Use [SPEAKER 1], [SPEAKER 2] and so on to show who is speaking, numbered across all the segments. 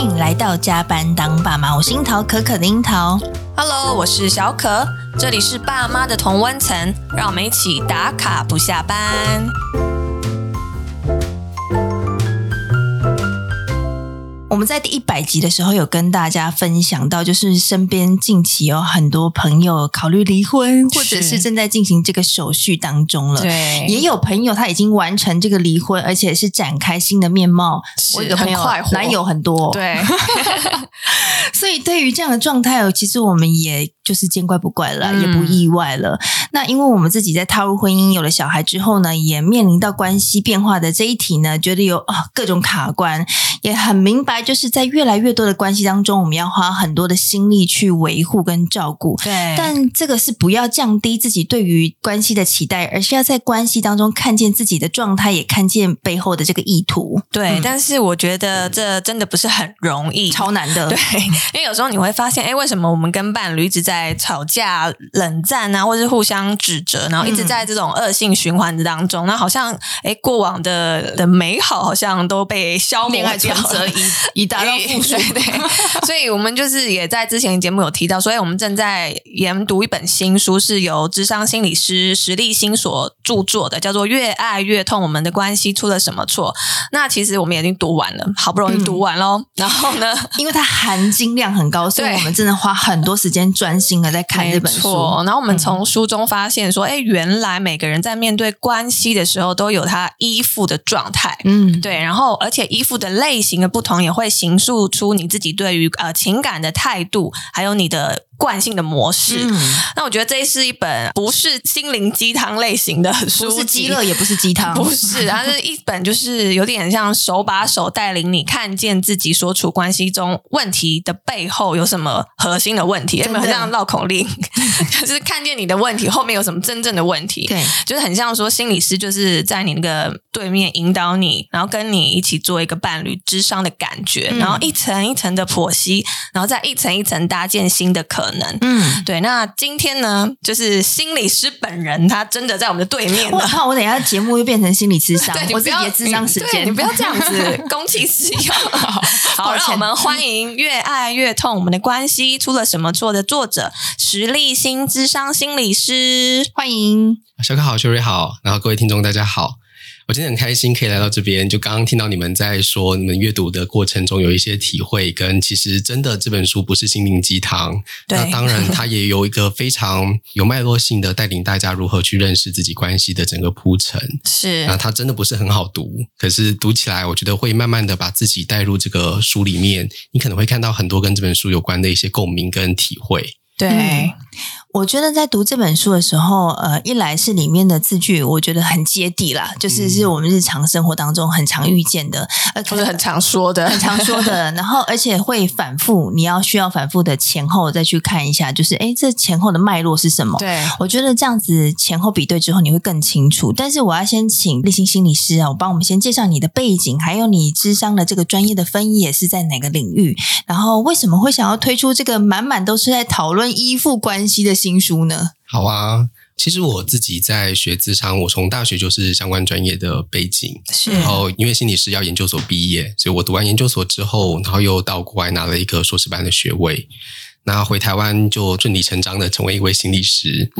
[SPEAKER 1] 迎来到加班当爸妈，我是樱桃可可的樱桃。
[SPEAKER 2] Hello，我是小可，这里是爸妈的同温层，让我们一起打卡不下班。
[SPEAKER 1] 我们在第一百集的时候有跟大家分享到，就是身边近期有很多朋友考虑离婚，或者是正在进行这个手续当中了。
[SPEAKER 2] 对
[SPEAKER 1] 也有朋友他已经完成这个离婚，而且是展开新的面貌。
[SPEAKER 2] 是
[SPEAKER 1] 我有个朋友
[SPEAKER 2] 很快活
[SPEAKER 1] 男友很多，，
[SPEAKER 2] 对，
[SPEAKER 1] 所以对于这样的状态哦，其实我们也就是见怪不怪了，
[SPEAKER 2] 嗯
[SPEAKER 1] 也不意外了。那因为我们自己在踏入婚姻、有了小孩之后呢，也面临到关系变化的这一题呢，觉得有啊、各种卡关，也很明白，就是在越来越多的关系当中，我们要花很多的心力去维护跟照顾。
[SPEAKER 2] 对
[SPEAKER 1] 但这个是不要降低自己对于关系的期待，而是要在关系当中看见自己的状态，也看见背后的这个意图，
[SPEAKER 2] 对，但是我觉得这真的不是很容易。
[SPEAKER 1] 超难的。
[SPEAKER 2] 对，因为有时候你会发现，哎，为什么我们跟伴侣一直在吵架、冷战啊，或是互相指责，然后一直
[SPEAKER 1] 嗯
[SPEAKER 2] 在这种恶性循环当中，那好像，哎，过往的的美好好像都被消磨
[SPEAKER 1] 恋爱
[SPEAKER 2] 掉
[SPEAKER 1] 存折
[SPEAKER 2] 了。
[SPEAKER 1] 以以达到复数，
[SPEAKER 2] 对对， 所以我们就是也在之前节目有提到，所哎以我们正在研读一本新书，是由智商心理师石立新所著作的，叫做《越爱越痛：我们的关系出了什么错》。那其实我们也已经读完了，好不容易读完喽。然后呢，
[SPEAKER 1] 因为它含金量很高，所以
[SPEAKER 2] 对
[SPEAKER 1] 我们真的花很多时间专心的在看这本
[SPEAKER 2] 没
[SPEAKER 1] 书
[SPEAKER 2] 错。然后我们从书中发现说，哎、原来每个人在面对关系的时候都有他依附的状态。
[SPEAKER 1] 嗯，
[SPEAKER 2] 对，然后而且依附的类型的不同，也会形塑出你自己对于呃情感的态度，还有你的惯性的模式。
[SPEAKER 1] 嗯，
[SPEAKER 2] 那我觉得这是一本不是心灵鸡汤类型的书，
[SPEAKER 1] 不是鸡肋，。也不是鸡汤，
[SPEAKER 2] 不是，它是一本就是有点像手把手带领你看见自己所处关系中问题的背后有什么核心的问题，有
[SPEAKER 1] 真
[SPEAKER 2] 没
[SPEAKER 1] 的
[SPEAKER 2] 有这样绕口令？ 就是看见你的问题后面有什么真正的问题。
[SPEAKER 1] 对，
[SPEAKER 2] 就是很像说心理师就是在你那个对面引导你，然后跟你一起做一个伴侣智商的感觉，
[SPEAKER 1] 嗯
[SPEAKER 2] 然后一层一层的剖析，然后再一层一层搭建新的可能。
[SPEAKER 1] 嗯。
[SPEAKER 2] 对，那今天呢，就是心理师本人，他真的在我们的对面
[SPEAKER 1] 我
[SPEAKER 2] 了。
[SPEAKER 1] 靠！我等一下节目又变成心理智商
[SPEAKER 2] 对，，你
[SPEAKER 1] 我
[SPEAKER 2] 不
[SPEAKER 1] 自己
[SPEAKER 2] 要
[SPEAKER 1] 的智商时
[SPEAKER 2] 对
[SPEAKER 1] 间，
[SPEAKER 2] 你不要这样子公器私用。好，
[SPEAKER 1] 抱歉
[SPEAKER 2] 让我们欢迎《越爱越痛：我们的关系出了什么错》的作者实力新智商心理师。
[SPEAKER 1] 欢迎，
[SPEAKER 3] 啊小可好，秋瑞好，然后各位听众大家好，我今天很开心可以来到这边。就刚刚听到你们在说你们阅读的过程中有一些体会，跟其实真的这本书不是心灵鸡汤，
[SPEAKER 2] 对
[SPEAKER 3] 那 当然它也有一个非常有脉络性的带领大家如何去认识自己关系的整个铺陈。
[SPEAKER 2] 是
[SPEAKER 3] 那它真的不是很好读，可是读起来我觉得会慢慢的把自己带入这个书里面，你可能会看到很多跟这本书有关的一些共鸣跟体会。
[SPEAKER 1] 嗯我觉得在读这本书的时候，呃，一来是里面的字句，我觉得很接地啦，就是
[SPEAKER 3] 嗯
[SPEAKER 1] 是我们日常生活当中很常遇见的，呃，
[SPEAKER 2] 或者很常说的，
[SPEAKER 1] 很常说 的，然后而且会反复，你要需要反复的前后再去看一下，就是诶，这前后的脉络是什么？
[SPEAKER 2] 对，
[SPEAKER 1] 我觉得这样子前后比对之后，你会更清楚。但是我要先请立新心理师啊，我帮我们先介绍你的背景，还有你智商的这个专业的分野是在哪个领域，然后为什么会想要推出这个满满都是在讨论依附关系的新书呢？
[SPEAKER 3] 好啊，其实我自己在学资商，我从大学就是相关专业的背景，
[SPEAKER 2] 是
[SPEAKER 1] 嗯
[SPEAKER 3] 然后因为心理师要研究所毕业，所以我读完研究所之后，然后又到国外拿了一个硕士班的学位，那回台湾就顺理成章的成为一位心理师。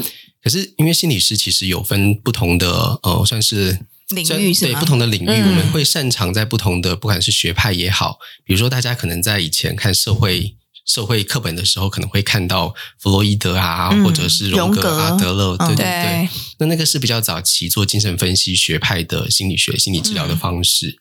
[SPEAKER 3] 可是因为心理师其实有分不同的呃，算是
[SPEAKER 1] 领
[SPEAKER 3] 算
[SPEAKER 1] 域是
[SPEAKER 3] 对
[SPEAKER 1] 吗
[SPEAKER 3] 不同的领域，
[SPEAKER 2] 嗯
[SPEAKER 3] 我们会擅长在不同的，不管是学派也好，比如说大家可能在以前看社会社会课本的时候，可能会看到弗洛伊德啊，
[SPEAKER 1] 嗯
[SPEAKER 3] 或者是荣
[SPEAKER 1] 荣格
[SPEAKER 3] 格啊、德勒，
[SPEAKER 1] 嗯
[SPEAKER 3] 对对对。
[SPEAKER 2] 对，
[SPEAKER 3] 那那个是比较早期做精神分析学派的心理学、心理治疗的方式。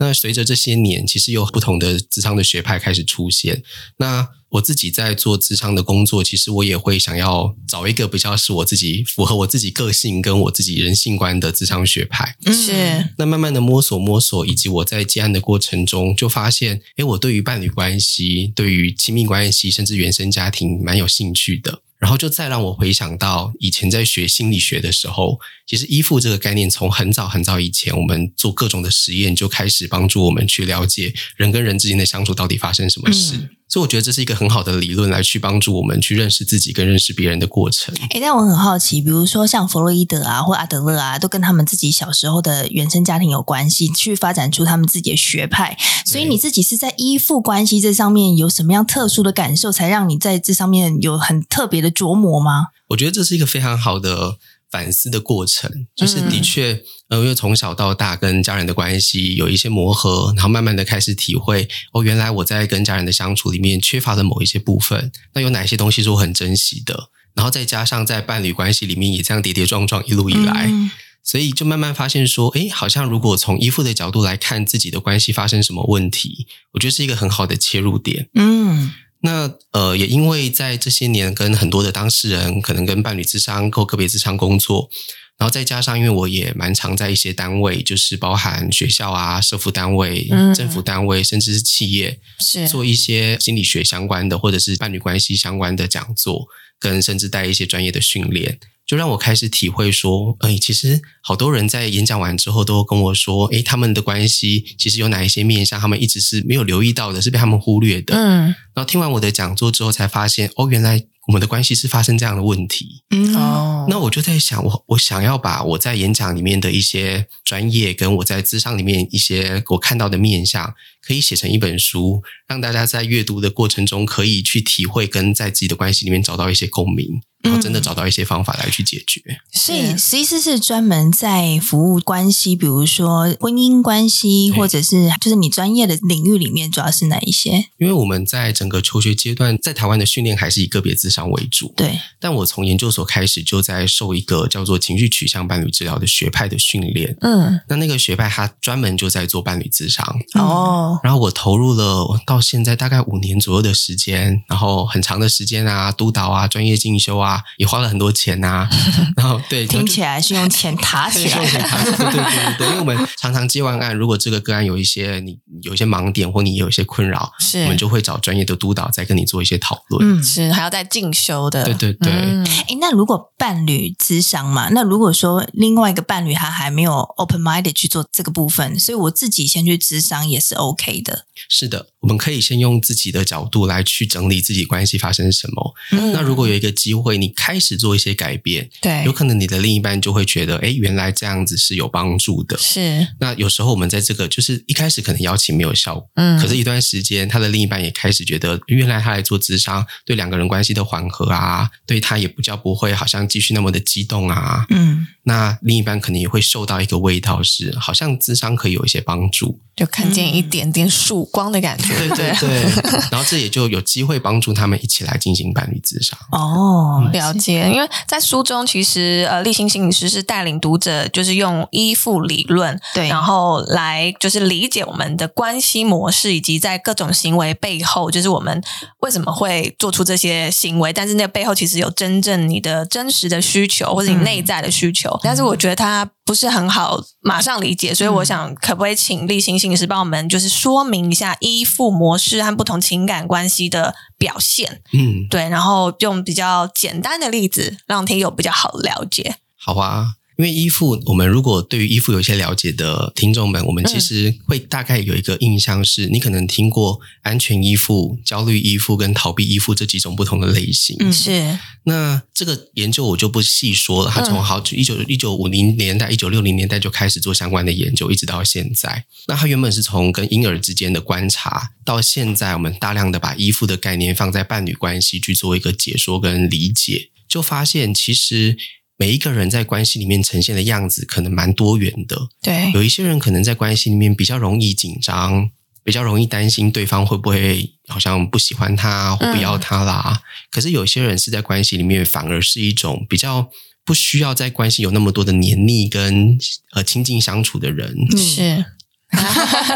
[SPEAKER 3] 那随着这些年，其实有不同的智商的学派开始出现。那我自己在做智商的工作，其实我也会想要找一个比较是我自己符合我自己个性跟我自己人性观的智商学派。
[SPEAKER 1] 嗯
[SPEAKER 2] 是
[SPEAKER 3] 那慢慢的摸索摸索，以及我在接案的过程中，就发现，诶，我对于伴侣关系、对于亲密关系，甚至原生家庭，蛮有兴趣的。然后就再让我回想到以前在学心理学的时候，其实依附这个概念，从很早很早以前，我们做各种的实验就开始帮助我们去了解人跟人之间的相处到底发生什么事。
[SPEAKER 1] 嗯
[SPEAKER 3] 所以我觉得这是一个很好的理论来去帮助我们去认识自己跟认识别人的过程。
[SPEAKER 1] 哎，但我很好奇，比如说像弗洛伊德啊，或阿德勒啊，都跟他们自己小时候的原生家庭有关系，去发展出他们自己的学派。所以
[SPEAKER 3] 对
[SPEAKER 1] 你自己是在依附关系这上面有什么样特殊的感受，才让你在这上面有很特别的琢磨吗？
[SPEAKER 3] 我觉得这是一个非常好的反思的过程，就是的确，呃，因为从小到大跟家人的关系有一些磨合，然后慢慢的开始体会，哦，原来我在跟家人的相处里面缺乏的某一些部分，那有哪些东西是我很珍惜的？然后再加上在伴侣关系里面也这样跌跌撞撞一路以来，
[SPEAKER 1] 嗯
[SPEAKER 3] 所以就慢慢发现说，诶，好像如果从依附的角度来看自己的关系发生什么问题，我觉得是一个很好的切入点。
[SPEAKER 1] 嗯
[SPEAKER 3] 那呃，也因为在这些年跟很多的当事人，可能跟伴侣智商或个别智商工作，然后再加上因为我也蛮常在一些单位，就是包含学校啊、社服单位、
[SPEAKER 2] 嗯
[SPEAKER 3] 政府单位，甚至是企业，
[SPEAKER 2] 是
[SPEAKER 3] 做一些心理学相关的或者是伴侣关系相关的讲座，跟甚至带一些专业的训练。就让我开始体会说，哎、其实好多人在演讲完之后都跟我说，哎、他们的关系其实有哪一些面向，他们一直是没有留意到的，是被他们忽略的。
[SPEAKER 2] 嗯
[SPEAKER 3] 然后听完我的讲座之后，才发现哦，原来我们的关系是发生这样的问题。
[SPEAKER 1] 嗯，
[SPEAKER 2] 哦，
[SPEAKER 3] 那我就在想，我我想要把我在演讲里面的一些专业，跟我在智商里面一些我看到的面向，可以写成一本书，让大家在阅读的过程中可以去体会，跟在自己的关系里面找到一些共鸣，然后真的找到一些方法来去解决。
[SPEAKER 1] 所以实习师是专门在服务关系，比如说婚姻关系，
[SPEAKER 3] 对
[SPEAKER 1] 或者是就是你专业的领域里面，主要是哪一些？
[SPEAKER 3] 因为我们在整个求学阶段，在台湾的训练还是以个别智商为主，
[SPEAKER 1] 对，
[SPEAKER 3] 但我从研究所开始就在受一个叫做情绪取向伴侣治疗的学派的训练。
[SPEAKER 2] 嗯
[SPEAKER 3] 那那个学派他专门就在做伴侣咨商，
[SPEAKER 2] 哦
[SPEAKER 3] 然后我投入了到现在大概五年左右的时间，然后很长的时间啊，督导啊，专业进修啊，也花了很多 钱啊，然后对，
[SPEAKER 1] 听起来是用 钱塔
[SPEAKER 3] 对
[SPEAKER 1] 起
[SPEAKER 3] 对
[SPEAKER 1] 来。
[SPEAKER 3] 对对对，因为我们常常接完案，如果这个个案有一些你有一些盲点或你有一些困扰，
[SPEAKER 2] 是
[SPEAKER 3] 我们就会找专业的督导再跟你做一些讨论。
[SPEAKER 1] 嗯，
[SPEAKER 2] 是还要再进修的，
[SPEAKER 3] 对对对
[SPEAKER 2] 嗯
[SPEAKER 1] 诶，那如果伴侣咨商嘛，那如果说另外一个伴侣他还没有 open minded 去做这个部分，所以我自己先去咨商也是 OK 的。
[SPEAKER 3] 是的，我们可以先用自己的角度来去整理自己关系发生什么。
[SPEAKER 2] 嗯
[SPEAKER 3] 那如果有一个机会，你开始做一些改变，
[SPEAKER 2] 对
[SPEAKER 3] 有可能你的另一半就会觉得，哎，原来这样子是有帮助的。
[SPEAKER 2] 是
[SPEAKER 3] 那有时候我们在这个就是一开始可能邀请没有效果，
[SPEAKER 2] 嗯，
[SPEAKER 3] 可是，一段时间他的另一半也开始觉得，原来他来做智商，对两个人关系的缓和啊，对他也比较不会好像继续那么的激动啊。
[SPEAKER 1] 嗯，
[SPEAKER 3] 那另一半可能也会受到一个味道是，好像智商可以有一些帮助，
[SPEAKER 2] 就看见一点点曙光的感觉，
[SPEAKER 3] 嗯对对对。然后这也就有机会帮助他们一起来进行伴侣智商。嗯
[SPEAKER 1] 哦，
[SPEAKER 2] 了解，因为在书中，其实呃，立新心理师是带领读者，就是用依附理论，
[SPEAKER 1] 对
[SPEAKER 2] 然后来就是理解我们的关系模式，以及在各种行为背后，就是我们为什么会做出这些行为，但是那背后其实有真正你的真实的需求，或者你
[SPEAKER 1] 嗯
[SPEAKER 2] 内在的需求。但是我觉得它不是很好马上理解，所以我想可不可以请立新心理师帮我们就是说明一下依附模式和不同情感关系的表现。
[SPEAKER 3] 嗯，
[SPEAKER 2] 对，然后用比较简单的例子让听友比较好了解。
[SPEAKER 3] 好啊，因为依附，我们如果对于依附有一些了解的听众们，我们其实会大概有一个印象是，你可能听过安全依附、焦虑依附跟逃避依附这几种不同的类型。
[SPEAKER 1] 嗯
[SPEAKER 2] 是，
[SPEAKER 3] 那这个研究我就不细说了，它从好久一九一九五零年代、一九六零年代就开始做相关的研究，一直到现在。那它原本是从跟婴儿之间的观察，到现在我们大量的把依附的概念放在伴侣关系去做一个解说跟理解，就发现其实。每一个人在关系里面呈现的样子可能蛮多元的，
[SPEAKER 2] 对，
[SPEAKER 3] 有一些人可能在关系里面比较容易紧张，比较容易担心对方会不会好像不喜欢他啊或不要
[SPEAKER 1] 嗯
[SPEAKER 3] 他啦。可是有些人是在关系里面反而是一种比较不需要在关系有那么多的黏腻跟呃亲近相处的人。
[SPEAKER 1] 嗯
[SPEAKER 2] 是。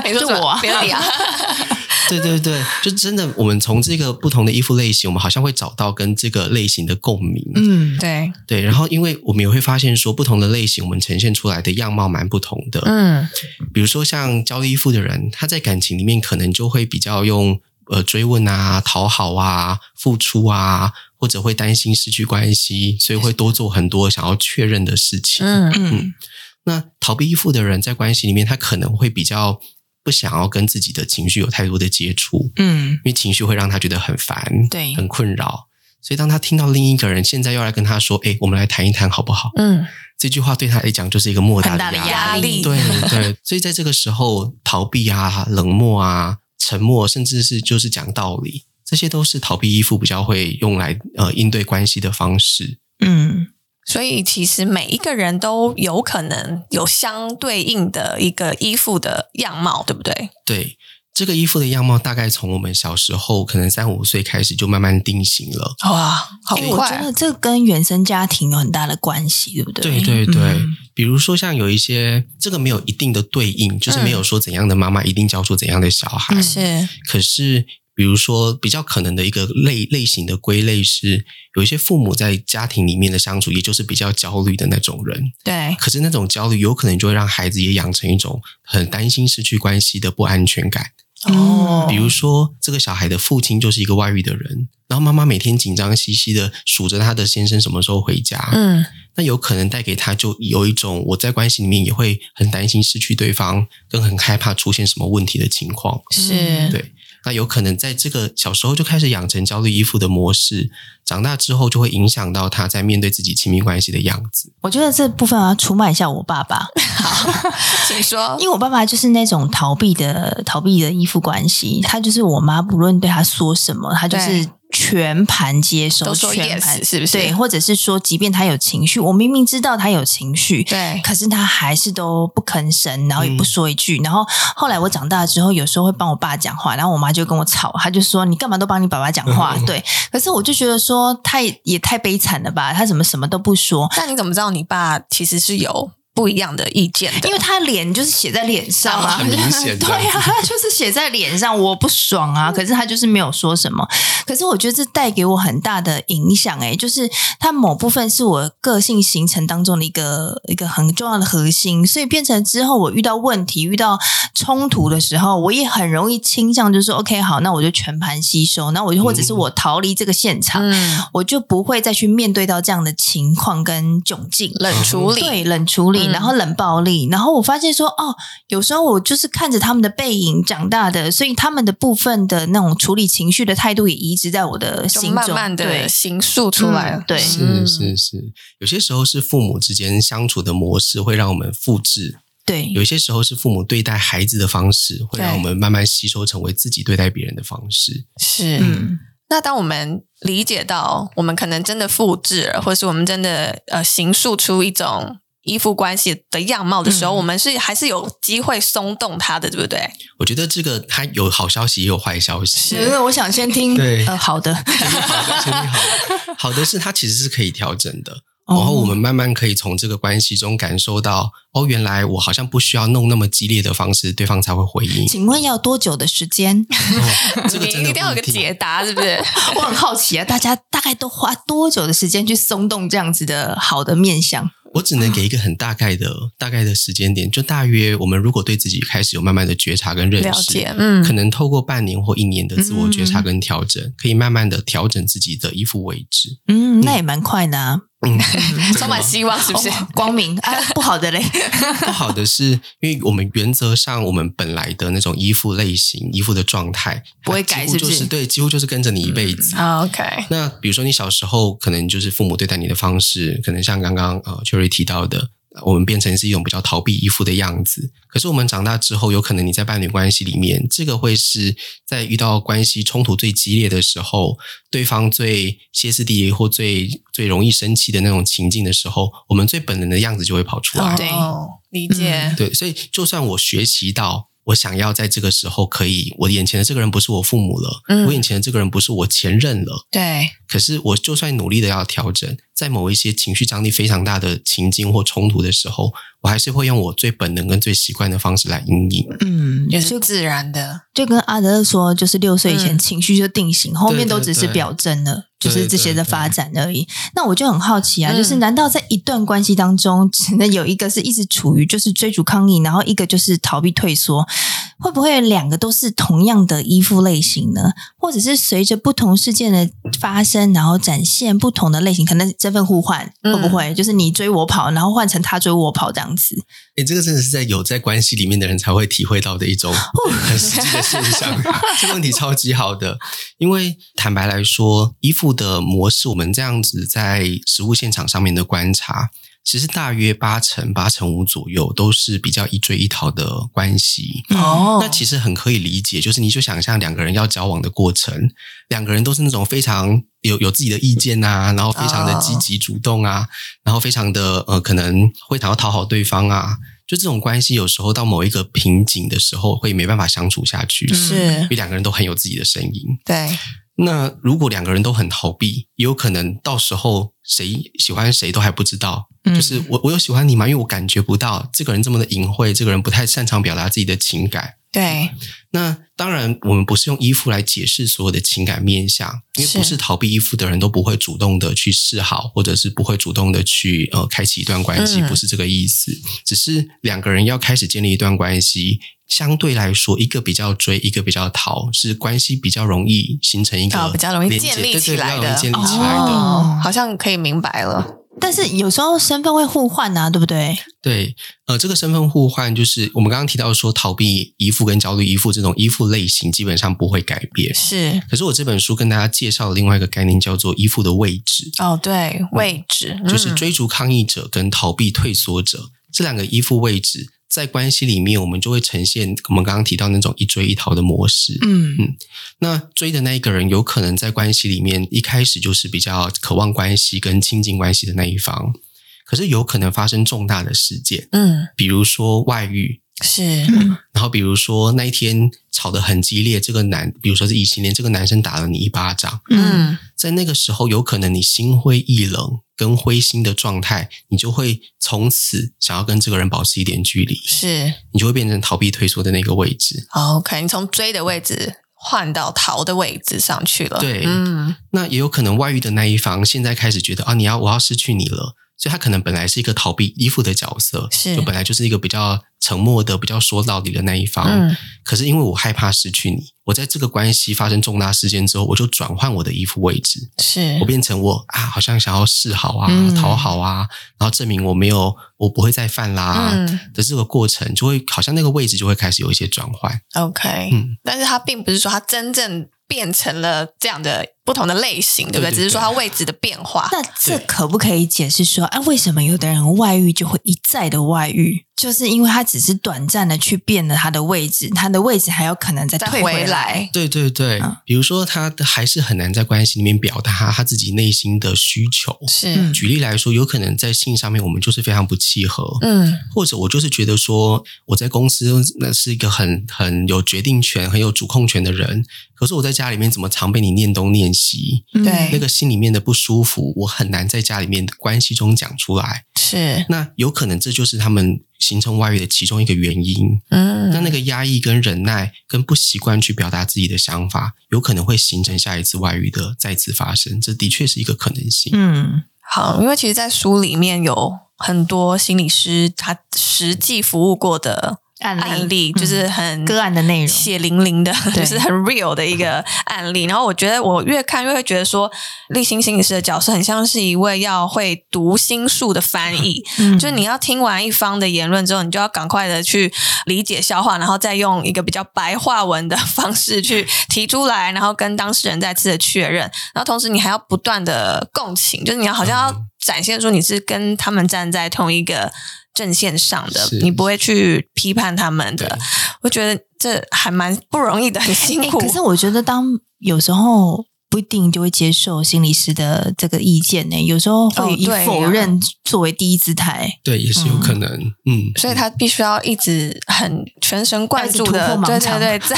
[SPEAKER 2] 你
[SPEAKER 1] 就我啊
[SPEAKER 2] 别理啊！
[SPEAKER 3] 对对对，就真的我们从这个不同的依附类型，我们好像会找到跟这个类型的共鸣。
[SPEAKER 1] 嗯，
[SPEAKER 2] 对，
[SPEAKER 3] 对，然后因为我们也会发现说，不同的类型我们呈现出来的样貌蛮不同的。
[SPEAKER 2] 嗯，
[SPEAKER 3] 比如说像焦虑依附的人，他在感情里面可能就会比较用呃追问啊、讨好啊、付出啊，或者会担心失去关系，所以会多做很多想要确认的事情。
[SPEAKER 2] 嗯，
[SPEAKER 1] 嗯
[SPEAKER 3] 那逃避依附的人在关系里面，他可能会比较不想要跟自己的情绪有太多的接触，
[SPEAKER 2] 嗯
[SPEAKER 3] 因为情绪会让他觉得很烦，
[SPEAKER 1] 对
[SPEAKER 3] 很困扰。所以当他听到另一个人现在要来跟他说：“哎、我们来谈一谈好不好？”
[SPEAKER 2] 嗯，
[SPEAKER 3] 这句话对他来讲就是一个莫大
[SPEAKER 1] 很
[SPEAKER 3] 的
[SPEAKER 1] 大的
[SPEAKER 3] 压
[SPEAKER 1] 压
[SPEAKER 3] 力。
[SPEAKER 1] 力，
[SPEAKER 3] 对对，所以在这个时候，逃避啊、冷漠啊、沉默，甚至是就是讲道理，这些都是逃避依附比较会用来呃应对关系的方式。
[SPEAKER 1] 嗯，
[SPEAKER 2] 所以其实每一个人都有可能有相对应的一个依附的样貌，对不对？
[SPEAKER 3] 对，这个依附的样貌大概从我们小时候可能三五岁开始就慢慢定型了。
[SPEAKER 2] 哇，好
[SPEAKER 1] 因为我
[SPEAKER 2] 快
[SPEAKER 1] 觉
[SPEAKER 2] 啊！
[SPEAKER 1] 得这跟原生家庭有很大的关系，对不对？
[SPEAKER 3] 对对对，
[SPEAKER 1] 嗯
[SPEAKER 3] 比如说像有一些这个没有一定的对应，就是没有说怎样的妈妈一定教出怎样的小孩，
[SPEAKER 1] 嗯
[SPEAKER 2] 是，
[SPEAKER 3] 可是，比如说比较可能的一个类类型的归类是，有一些父母在家庭里面的相处，也就是比较焦虑的那种人。
[SPEAKER 2] 对，
[SPEAKER 3] 可是那种焦虑，有可能就会让孩子也养成一种很担心失去关系的不安全感。
[SPEAKER 1] 哦
[SPEAKER 3] 比如说，这个小孩的父亲就是一个外遇的人，然后妈妈每天紧张兮兮的数着他的先生什么时候回家，
[SPEAKER 2] 嗯，
[SPEAKER 3] 那有可能带给他就有一种我在关系里面也会很担心失去对方，跟很害怕出现什么问题的情况。
[SPEAKER 2] 是，
[SPEAKER 3] 对那有可能在这个小时候就开始养成焦虑依附的模式，长大之后就会影响到他在面对自己亲密关系的样子。
[SPEAKER 1] 我觉得这部分我要出卖一下我爸爸，
[SPEAKER 2] 请说
[SPEAKER 1] 因。为我爸爸就是那种逃避的逃避的依附关系，他就是我妈不论对他说什么，他就是全盘接收，
[SPEAKER 2] 都说
[SPEAKER 1] 全盘
[SPEAKER 2] yes，是不是
[SPEAKER 1] 对，或者是说，即便他有情绪，我明明知道他有情绪。
[SPEAKER 2] 对，
[SPEAKER 1] 可是他还是都不吭声，然后也不说一句。然后后来我长大之后，有时候会帮我爸讲话，然后我妈就跟我吵，她就说：“你干嘛都帮你爸爸讲话？”对。可是我就觉得说，他也也太悲惨了吧？他怎么什么都不说？
[SPEAKER 2] 那你怎么知道你爸其实是有不一样的意见的？
[SPEAKER 1] 因为他脸就是写在脸上
[SPEAKER 2] 啊
[SPEAKER 1] 啊，
[SPEAKER 3] 很 明显
[SPEAKER 1] 对啊，他就是写在脸上，我不爽
[SPEAKER 2] 嗯
[SPEAKER 1] 啊，可是他就是没有说什么。可是我觉得这带给我很大的影响、欸，就是他某部分是我个性形成当中的一个一个很重要的核心，所以变成之后我遇到问题、遇到冲突的时候，我也很容易倾向就是说 OK 好，那我就全盘吸收，那我就或者是我逃离这个现场。
[SPEAKER 2] 嗯，
[SPEAKER 1] 我就不会再去面对到这样的情况跟窘境了。
[SPEAKER 2] 冷处理，
[SPEAKER 1] 对，冷处理，
[SPEAKER 2] 嗯
[SPEAKER 1] 然后冷暴力，然后我发现说，哦，有时候我就是看着他们的背影长大的，所以他们的部分的那种处理情绪的态度也移植在我的
[SPEAKER 2] 就
[SPEAKER 1] 心中，
[SPEAKER 2] 慢慢的
[SPEAKER 1] 对，
[SPEAKER 2] 形塑出来了
[SPEAKER 1] 嗯。对
[SPEAKER 2] 嗯
[SPEAKER 3] 是是是，有些时候是父母之间相处的模式会让我们复制，
[SPEAKER 1] 对，
[SPEAKER 3] 有些时候是父母对待孩子的方式会让我们慢慢吸收成为自己对待别人的方式。
[SPEAKER 2] 是。
[SPEAKER 1] 嗯，
[SPEAKER 2] 那当我们理解到，我们可能真的复制了，或是我们真的呃形塑出一种依附关系的样貌的时候，
[SPEAKER 1] 嗯
[SPEAKER 2] 我们是还是有机会松动它的，对不对？
[SPEAKER 3] 我觉得这个它有好消息也有坏消息。
[SPEAKER 1] 因为我想先听，
[SPEAKER 3] 对
[SPEAKER 1] 呃，好的，
[SPEAKER 3] 好的，真的好的。好的是它其实是可以调整的，然后
[SPEAKER 2] 哦
[SPEAKER 1] 嗯
[SPEAKER 3] 我们慢慢可以从这个关系中感受到，哦，原来我好像不需要弄那么激烈的方式，对方才会回应
[SPEAKER 1] 哦。请问要多久的时 间？
[SPEAKER 3] 哦这个真
[SPEAKER 2] 你
[SPEAKER 3] 的
[SPEAKER 2] 一定要有
[SPEAKER 3] 不
[SPEAKER 2] 个
[SPEAKER 3] 定
[SPEAKER 2] 解答，是不 是？
[SPEAKER 1] 我很好奇啊，大家大概都花多久的时间去松动这样子的好的面相？
[SPEAKER 3] 我只能给一个很大概的、大概的时间点，就大约我们如果对自己开始有慢慢的觉察跟认
[SPEAKER 2] 了
[SPEAKER 3] 识，
[SPEAKER 2] 解，嗯
[SPEAKER 3] 可，能透过半年或一年的自我觉察跟调整，可以慢慢的调整自己的依附位置。
[SPEAKER 1] 嗯，那也蛮快的啊，
[SPEAKER 3] 嗯，
[SPEAKER 2] 充满希望，是不是？
[SPEAKER 1] 哦光明啊，不好的嘞，
[SPEAKER 3] 不好的是，因为我们原则上我们本来的那种依附类型、依附的状态
[SPEAKER 1] 不会改
[SPEAKER 3] 它几乎
[SPEAKER 1] 是不
[SPEAKER 3] 就是对，几乎就是跟着你一辈子。
[SPEAKER 2] 啊 OK，
[SPEAKER 3] 那比如说，你小时候可能就是父母对待你的方式，可能像刚刚呃 Cherry 提到的，我们变成是一种比较逃避依附的样子。可是我们长大之后，有可能你在伴侣关系里面，这个会是在遇到关系冲突最激烈的时候，对方最歇斯底里或最最容易生气的那种情境的时候，我们最本能的样子就会跑出来。
[SPEAKER 1] 对
[SPEAKER 2] 哦，理解，
[SPEAKER 3] 对，所以就算我学习到。我想要在这个时候可以，我眼前的这个人不是我父母了，
[SPEAKER 2] 嗯
[SPEAKER 3] 我眼前的这个人不是我前任了，
[SPEAKER 2] 对，
[SPEAKER 3] 可是我就算努力的要调整，在某一些情绪张力非常大的情境或冲突的时候，我还是会用我最本能跟最习惯的方式来应应。
[SPEAKER 1] 嗯，
[SPEAKER 2] 也是自然的，
[SPEAKER 1] 就跟阿德勒说，就是六岁以前
[SPEAKER 2] 嗯
[SPEAKER 1] 情绪就定型，后面都只是
[SPEAKER 3] 对对对
[SPEAKER 1] 表征了，就是这些的发展而已。那我就很好奇啊，
[SPEAKER 2] 嗯
[SPEAKER 1] 就是难道在一段关系当中，只能有一个是一直处于就是追逐抗议，然后一个就是逃避退缩，会不会两个都是同样的依附类型呢？或者是随着不同事件的发生，然后展现不同的类型，可能身份互换，
[SPEAKER 2] 嗯
[SPEAKER 1] 会不会就是你追我跑，然后换成他追我跑这样子？
[SPEAKER 3] 哎，这个真的是在有在关系里面的人才会体会到的一种很实际的现象。这个问题超级好的，因为坦白来说，依附的模式，我们这样子在实物现场上面的观察，其实大约八成、八成五左右都是比较一追一逃的关系。
[SPEAKER 1] 哦
[SPEAKER 3] 嗯那其实很可以理解，就是你就想象两个人要交往的过程，两个人都是那种非常有有自己的意见啊，然后非常的积极主动
[SPEAKER 1] 哦
[SPEAKER 3] 啊，然后非常的呃可能会想要讨好对方啊，就这种关系有时候到某一个瓶颈的时候会没办法相处下去，
[SPEAKER 2] 嗯
[SPEAKER 1] 是
[SPEAKER 3] 因为两个人都很有自己的声音。
[SPEAKER 2] 对，
[SPEAKER 3] 那如果两个人都很逃避，也有可能到时候谁喜欢谁都还不知道。
[SPEAKER 1] 嗯
[SPEAKER 3] 就是我我有喜欢你吗？因为我感觉不到这个人这么的隐晦，这个人不太擅长表达自己的情感。
[SPEAKER 2] 对，
[SPEAKER 3] 那当然，我们不是用依附来解释所有的情感面向，因为
[SPEAKER 2] 是
[SPEAKER 3] 不是逃避依附的人都不会主动的去示好，或者是不会主动的去呃开启一段关系，
[SPEAKER 2] 嗯
[SPEAKER 3] 不是这个意思。只是两个人要开始建立一段关系，相对来说，一个比较追，一个比较逃，是关系比较容易形成一个
[SPEAKER 2] 哦比较容易
[SPEAKER 3] 连接
[SPEAKER 2] 建立
[SPEAKER 3] 对对
[SPEAKER 2] 起来
[SPEAKER 3] 比较容
[SPEAKER 2] 的
[SPEAKER 3] 易建立起来的。嗯
[SPEAKER 1] 哦
[SPEAKER 2] 好像可以明白了。
[SPEAKER 1] 但是有时候身份会互换啊，对不对？
[SPEAKER 3] 对，呃，这个身份互换就是我们刚刚提到说，逃避依附跟焦虑依附这种依附类型，基本上不会改变。
[SPEAKER 2] 是
[SPEAKER 3] 可是我这本书跟大家介绍了另外一个概念，叫做依附的位置，
[SPEAKER 2] 哦，对，位置、嗯
[SPEAKER 3] 就是追逐抗议者跟逃避退缩者这两个依附位置，在关系里面，我们就会呈现我们刚刚提到那种一追一逃的模式。
[SPEAKER 1] 嗯
[SPEAKER 3] 那追的那一个人，有可能在关系里面一开始就是比较渴望关系跟亲近关系的那一方，可是有可能发生重大的事件，
[SPEAKER 2] 嗯
[SPEAKER 3] 比如说外遇，
[SPEAKER 2] 是
[SPEAKER 3] 然后比如说那一天吵得很激烈，这个男，比如说是异性恋，这个男生打了你一巴掌。
[SPEAKER 1] 嗯
[SPEAKER 2] 嗯
[SPEAKER 3] 在那个时候，有可能你心灰意冷跟灰心的状态，你就会从此想要跟这个人保持一点距离，
[SPEAKER 2] 是
[SPEAKER 3] 你就会变成逃避退缩的那个位置。
[SPEAKER 2] 哦 OK，你从追的位置换到逃的位置上去了。
[SPEAKER 3] 对
[SPEAKER 2] 嗯
[SPEAKER 3] 那也有可能外遇的那一方现在开始觉得啊，你要我要失去你了，所以他可能本来是一个逃避依附的角色，
[SPEAKER 2] 是
[SPEAKER 3] 就本来就是一个比较沉默的、比较说道理的那一方。
[SPEAKER 2] 嗯
[SPEAKER 3] 可是因为我害怕失去你，我在这个关系发生重大事件之后，我就转换我的依附位置。
[SPEAKER 2] 是
[SPEAKER 3] 我变成我啊，好像想要示好啊、
[SPEAKER 2] 嗯
[SPEAKER 3] 讨好啊，然后证明我没有，我不会再犯啦、
[SPEAKER 2] 嗯
[SPEAKER 3] 的这个过程，就会好像那个位置就会开始有一些转换。
[SPEAKER 2] OK，
[SPEAKER 3] 嗯
[SPEAKER 2] 但是它并不是说它真正变成了这样的不同的类型，对不对？
[SPEAKER 3] 对对
[SPEAKER 2] 只是说
[SPEAKER 3] 对
[SPEAKER 2] 它位置的变化。
[SPEAKER 1] 那这可不可以解释说，啊，为什么有的人外遇就会一再的外遇？就是因为他只是短暂的去变了他的位置，他的位置还有可能再
[SPEAKER 2] 再
[SPEAKER 1] 退
[SPEAKER 2] 回
[SPEAKER 1] 来。
[SPEAKER 2] 来，
[SPEAKER 3] 对对对，
[SPEAKER 1] 嗯
[SPEAKER 3] 比如说他还是很难在关系里面表达他自己内心的需求。
[SPEAKER 2] 是
[SPEAKER 1] 嗯
[SPEAKER 3] 举例来说，有可能在性上面我们就是非常不契合，
[SPEAKER 2] 嗯
[SPEAKER 3] 或者我就是觉得说，我在公司那是一个很很有决定权、很有主控权的人，可是我在家里面怎么常被你念东念西？
[SPEAKER 1] 嗯
[SPEAKER 2] 对
[SPEAKER 3] 那个心里面的不舒服，我很难在家里面的关系中讲出来。
[SPEAKER 2] 是
[SPEAKER 3] 那有可能这就是他们形成外遇的其中一个原因。
[SPEAKER 2] 嗯
[SPEAKER 3] 那那个压抑、跟忍耐、跟不习惯去表达自己的想法，有可能会形成下一次外遇的再次发生。这的确是一个可能性。
[SPEAKER 1] 嗯
[SPEAKER 2] 好，因为其实，在书里面有很多心理师他实际服务过的
[SPEAKER 1] 案例
[SPEAKER 2] 案例，
[SPEAKER 1] 嗯
[SPEAKER 2] 就是很
[SPEAKER 1] 个案的内容
[SPEAKER 2] 血淋淋的，
[SPEAKER 1] 对
[SPEAKER 2] 就是很 real 的一个案例。然后我觉得，我越看越会觉得说，立新心理师的角色很像是一位要会读心术的翻译，
[SPEAKER 1] 嗯
[SPEAKER 2] 就是你要听完一方的言论之后，你就要赶快的去理解消化，然后再用一个比较白话文的方式去提出来，然后跟当事人再次的确认。然后同时你还要不断的共情，就是你要好像要
[SPEAKER 3] 嗯
[SPEAKER 2] 展现出你是跟他们站在同一个阵线上的
[SPEAKER 3] 是，
[SPEAKER 2] 你不会去批判他们
[SPEAKER 3] 对
[SPEAKER 2] 的。我觉得这还蛮不容易的，很辛
[SPEAKER 1] 诶
[SPEAKER 2] 苦。
[SPEAKER 1] 可是我觉得，当有时候不一定就会接受心理师的这个意见呢、有时候会以
[SPEAKER 2] 哦对呀
[SPEAKER 1] 否认作为第一姿态。
[SPEAKER 3] 对，也是有可能。嗯，
[SPEAKER 2] 所以他必须要一直很全神贯注
[SPEAKER 1] 要一直
[SPEAKER 2] 的
[SPEAKER 1] 突，破
[SPEAKER 2] 对
[SPEAKER 1] 盲
[SPEAKER 2] 对
[SPEAKER 1] 肠
[SPEAKER 2] 对，在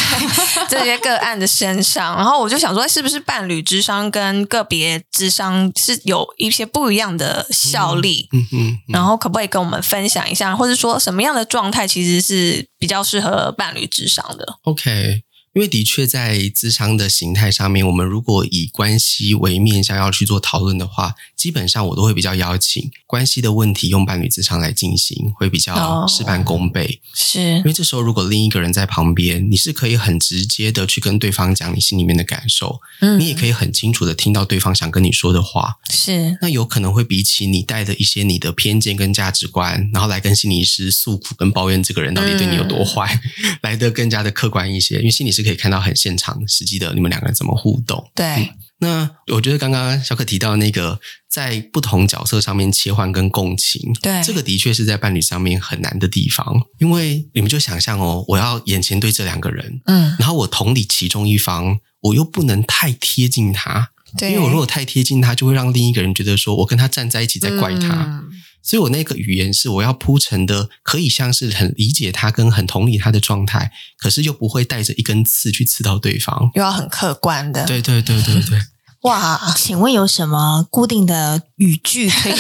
[SPEAKER 2] 这些个案的身上。然后我就想说，是不是伴侣智商跟个别智商是有一些不一样的效力？
[SPEAKER 3] 嗯嗯嗯，
[SPEAKER 2] 然后可不可以跟我们分享一下，或者说什么样的状态其实是比较适合伴侣智商的？
[SPEAKER 3] OK，因为的确在咨商的形态上面，我们如果以关系为面向要去做讨论的话，基本上我都会比较邀请关系的问题用伴侣咨商来进行，会比较
[SPEAKER 2] 哦
[SPEAKER 3] 事半功倍。
[SPEAKER 2] 是
[SPEAKER 3] 因为这时候如果另一个人在旁边，你是可以很直接的去跟对方讲你心里面的感受，
[SPEAKER 2] 嗯
[SPEAKER 3] 你也可以很清楚的听到对方想跟你说的话。
[SPEAKER 2] 是
[SPEAKER 3] 那有可能会比起你带着一些你的偏见跟价值观，然后来跟心理师诉苦跟抱怨这个人到底对你有多坏，来的更加的客观一些。因为心理师可以看到很现场、实际的你们两个人怎么互动。
[SPEAKER 2] 对，
[SPEAKER 3] 那我觉得刚刚小可提到那个在不同角色上面切换跟共情，
[SPEAKER 2] 对
[SPEAKER 3] 这个的确是在伴侣上面很难的地方，因为你们就想象哦，我要眼前对这两个人，
[SPEAKER 2] 嗯，
[SPEAKER 3] 然后我同理其中一方，我又不能太贴近他，
[SPEAKER 2] 对，
[SPEAKER 3] 因为我如果太贴近他，就会让另一个人觉得说我跟他站在一起在怪他，
[SPEAKER 2] 嗯
[SPEAKER 3] 所以我那个语言是我要铺陈的，可以像是很理解他跟很同理他的状态，可是又不会带着一根刺去刺到对方。
[SPEAKER 2] 又要很客观的，
[SPEAKER 3] 对对对对对，
[SPEAKER 2] 哇，
[SPEAKER 1] 请问有什么固定的语句可以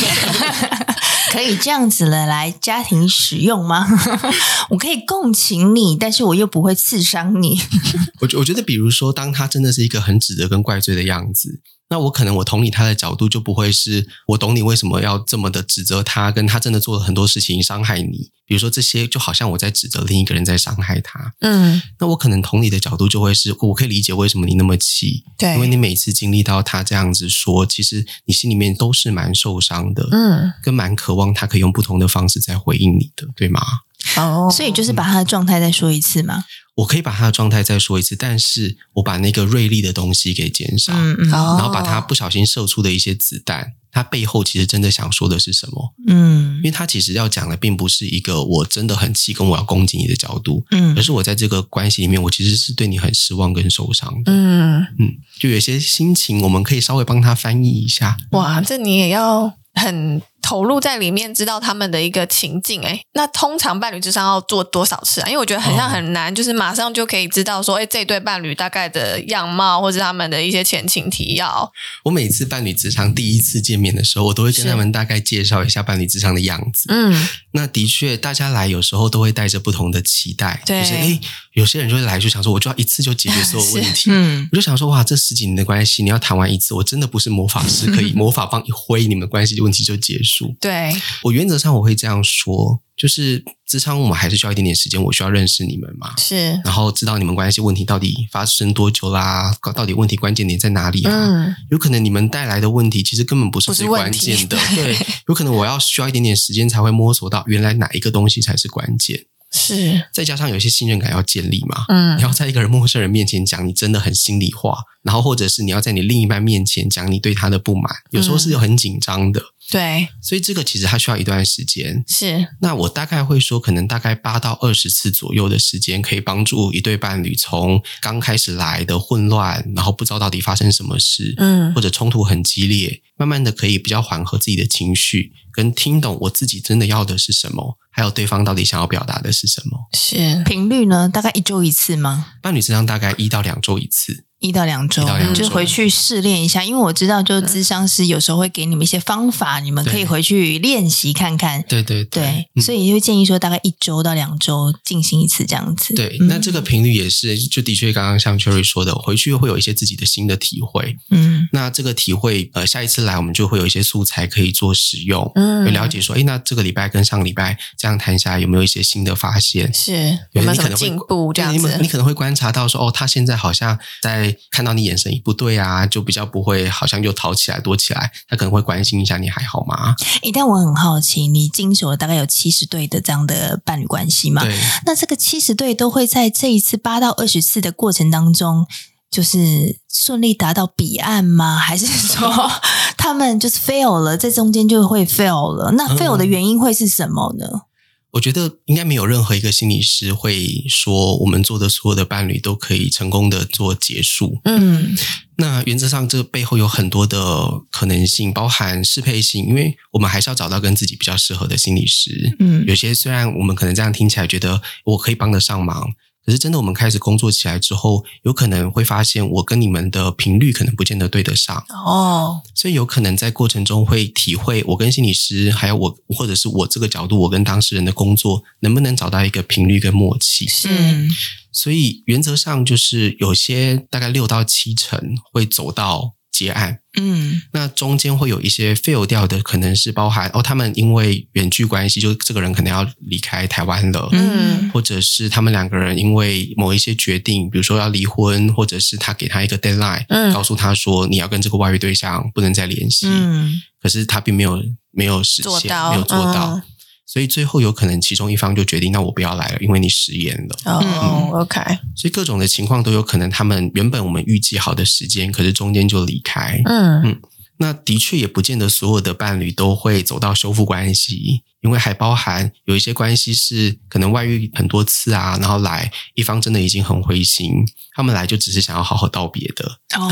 [SPEAKER 1] 可以这样子的来家庭使用吗？ 我可以共情你，但是我又不会刺伤你。
[SPEAKER 3] 我觉我觉得，比如说，当他真的是一个很指责跟怪罪的样子，那我可能我同理他的角度就不会是我懂你为什么要这么的指责他，跟他真的做了很多事情伤害你，比如说这些就好像我在指责另一个人在伤害他，
[SPEAKER 2] 嗯，
[SPEAKER 3] 那我可能同理的角度就会是哦我可以理解为什么你那么气，
[SPEAKER 2] 对，
[SPEAKER 3] 因为你每次经历到他这样子说，其实你心里面都是蛮受伤的，
[SPEAKER 2] 嗯
[SPEAKER 3] 跟蛮渴望他可以用不同的方式在回应你的，对吗？
[SPEAKER 2] 哦，
[SPEAKER 1] 所以就是把他的状态再说一次嘛。
[SPEAKER 3] 我可以把他的状态再说一次，但是我把那个锐利的东西给减少，
[SPEAKER 1] 嗯嗯
[SPEAKER 2] 好
[SPEAKER 3] 然后把他
[SPEAKER 2] 哦
[SPEAKER 3] 不小心射出的一些子弹，他背后其实真的想说的是什么？
[SPEAKER 1] 嗯
[SPEAKER 3] 因为他其实要讲的并不是一个我真的很气跟我要攻击你的角度，
[SPEAKER 1] 嗯
[SPEAKER 3] 而是我在这个关系里面，我其实是对你很失望跟受伤的。
[SPEAKER 2] 嗯，
[SPEAKER 3] 嗯，就有些心情，我们可以稍微帮他翻译一下。
[SPEAKER 2] 哇，这你也要很投入在里面，知道他们的一个情境。哎，那通常伴侣智商要做多少次啊？因为我觉得很像
[SPEAKER 3] 哦
[SPEAKER 2] 很难，就是马上就可以知道说，哎，这对伴侣大概的样貌或者他们的一些前情提要。
[SPEAKER 3] 我每次伴侣职场第一次见面的时候，我都会跟
[SPEAKER 2] 是
[SPEAKER 3] 他们大概介绍一下伴侣职场的样子。
[SPEAKER 2] 嗯，
[SPEAKER 3] 那的确，大家来有时候都会带着不同的期待，
[SPEAKER 2] 对
[SPEAKER 3] 就是诶，有些人就会来就想说，我就要一次就解决所有问 题。
[SPEAKER 1] 嗯
[SPEAKER 3] 我就想说，哇，这十几年的关系，你要谈完一次，我真的不是魔法师，可以 魔法棒一挥，你们关系问题就结束。
[SPEAKER 2] 对，
[SPEAKER 3] 我原则上我会这样说，就是职场我们还是需要一点点时间，我需要认识你们嘛，
[SPEAKER 2] 是，
[SPEAKER 3] 然后知道你们关系问题到底发生多久啦，到底问题关键点在哪里啊？
[SPEAKER 2] 嗯，
[SPEAKER 3] 有可能你们带来的问题其实根本不是
[SPEAKER 2] 不是
[SPEAKER 3] 最
[SPEAKER 2] 问
[SPEAKER 3] 关
[SPEAKER 2] 题
[SPEAKER 3] 键的，对，有可能我要需要一点点时间才会摸索到原来哪一个东西才是关键，
[SPEAKER 2] 是，
[SPEAKER 3] 再加上有一些信任感要建立嘛，
[SPEAKER 2] 嗯
[SPEAKER 3] 你，要在一个人陌生人面前讲你真的很心里话，然后或者是你要在你另一半面前讲你对他的不满，有时候
[SPEAKER 2] 嗯
[SPEAKER 3] 是很紧张的，
[SPEAKER 2] 对，
[SPEAKER 3] 所以这个其实它需要一段时间。
[SPEAKER 2] 是，
[SPEAKER 3] 那我大概会说，可能大概八到二十次左右的时间，可以帮助一对伴侣从刚开始来的混乱，然后不知道到底发生什么事，
[SPEAKER 2] 嗯
[SPEAKER 3] 或，者冲突很激烈，慢慢的可以比较缓和自己的情绪，跟听懂我自己真的要的是什么，还有对方到底想要表达的是什么。
[SPEAKER 2] 是，
[SPEAKER 1] 频率呢？大概一周一次吗？
[SPEAKER 3] 伴侣智商大概一到两周一次，
[SPEAKER 1] 一到两周，
[SPEAKER 3] 一到两
[SPEAKER 2] 周
[SPEAKER 1] 就是回去试炼一下，因为我知道，就是咨商师有时候会给你们一些方法，你们可以
[SPEAKER 3] 对
[SPEAKER 1] 回去练习看看。
[SPEAKER 3] 对对
[SPEAKER 1] 对，
[SPEAKER 3] 嗯
[SPEAKER 1] 所以就会建议说，大概一周到两周进行一次这样子。
[SPEAKER 3] 对，
[SPEAKER 1] 嗯
[SPEAKER 3] 那这个频率也是，就的确刚刚像 Cherry 说的，回去会有一些自己的新的体会。
[SPEAKER 1] 嗯
[SPEAKER 3] 那这个体会，呃，下一次来我们就会有一些素材可以做使用，
[SPEAKER 2] 嗯
[SPEAKER 3] 会了解说，诶，哎那这个礼拜跟上礼拜这样谈下来，有没有一些新的发现？
[SPEAKER 2] 是，有
[SPEAKER 3] 对
[SPEAKER 2] 没有什
[SPEAKER 3] 你可
[SPEAKER 2] 么
[SPEAKER 3] 能会
[SPEAKER 2] 进步这
[SPEAKER 3] 对啊
[SPEAKER 2] 样
[SPEAKER 3] 你们
[SPEAKER 2] 子
[SPEAKER 3] 你？可能会观察到说，哦，他现在好像在看到你眼神一不对啊，就比较不会，好像又逃起来躲起来，他可能会关心一下你还好吗？
[SPEAKER 1] 诶，但我很好奇，你经手了大概有七十对的这样的伴侣关系嘛？
[SPEAKER 3] 对，
[SPEAKER 1] 那这个七十对都会在这一次八到二十次的过程当中，就是顺利达到彼岸吗？ 还是说他们就是 fail 了，在中间就会 fail 了？那
[SPEAKER 3] 嗯
[SPEAKER 1] fail 的原因会是什么呢？
[SPEAKER 3] 我觉得应该没有任何一个心理师会说，我们做的所有的伴侣都可以成功的做结束。
[SPEAKER 1] 嗯
[SPEAKER 3] 那原则上，这个背后有很多的可能性，包含适配性，因为我们还是要找到跟自己比较适合的心理师。
[SPEAKER 1] 嗯
[SPEAKER 3] 有些虽然我们可能这样听起来觉得我可以帮得上忙，可是真的我们开始工作起来之后，有可能会发现我跟你们的频率可能不见得对得上，
[SPEAKER 2] 哦，
[SPEAKER 3] 所以有可能在过程中会体会我跟心理师，还有我或者是我这个角度，我跟当事人的工作能不能找到一个频率跟默契。
[SPEAKER 2] 是，
[SPEAKER 1] 嗯
[SPEAKER 3] 所以原则上就是有些大概六到七成会走到结案，
[SPEAKER 1] 嗯
[SPEAKER 3] 那中间会有一些 fail 掉的，可能是包含哦，他们因为远距关系，就这个人可能要离开台湾了。
[SPEAKER 1] 嗯
[SPEAKER 3] 或者是他们两个人因为某一些决定，比如说要离婚，或者是他给他一个 deadline，、
[SPEAKER 2] 嗯
[SPEAKER 3] 告诉他说你要跟这个外遇对象不能再联系，
[SPEAKER 1] 嗯
[SPEAKER 3] 可是他并没有没有实
[SPEAKER 2] 做
[SPEAKER 3] 现，
[SPEAKER 2] 到
[SPEAKER 3] 没有做到，
[SPEAKER 2] 嗯
[SPEAKER 3] 所以最后有可能其中一方就决定，那我不要来了，因为你食言了。
[SPEAKER 2] 哦，OK，
[SPEAKER 3] 所以各种的情况都有可能，他们原本我们预计好的时间，可是中间就离开。
[SPEAKER 2] 嗯
[SPEAKER 3] 那的确也不见得所有的伴侣都会走到修复关系，因为还包含有一些关系是可能外遇很多次啊，然后来一方真的已经很灰心，他们来就只是想要好好道别的，
[SPEAKER 1] 哦，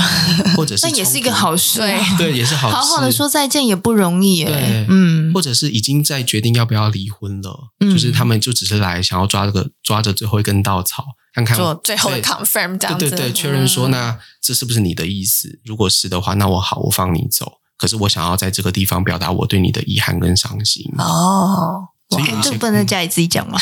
[SPEAKER 3] 或 者 是
[SPEAKER 1] 那也是一个
[SPEAKER 3] 从
[SPEAKER 1] 好事啊，
[SPEAKER 3] 对，也是好事
[SPEAKER 1] 好好的说再见也不容易耶
[SPEAKER 3] 对，
[SPEAKER 1] 嗯
[SPEAKER 3] 或者是已经在决定要不要离婚了，
[SPEAKER 1] 嗯
[SPEAKER 3] 就是他们就只是来想要抓这个抓着最后一根稻草，看看
[SPEAKER 2] 做最后的
[SPEAKER 3] 对
[SPEAKER 2] confirm 这样子，
[SPEAKER 3] 对对对，确认说、
[SPEAKER 2] 嗯
[SPEAKER 3] 那这是不是你的意思？如果是的话，那我好，我放你走。可是我想要在这个地方表达我对你的遗憾跟伤心，
[SPEAKER 2] 哦，
[SPEAKER 3] 所以有
[SPEAKER 1] 这
[SPEAKER 3] 一些
[SPEAKER 1] 个不能在家里自己讲嘛，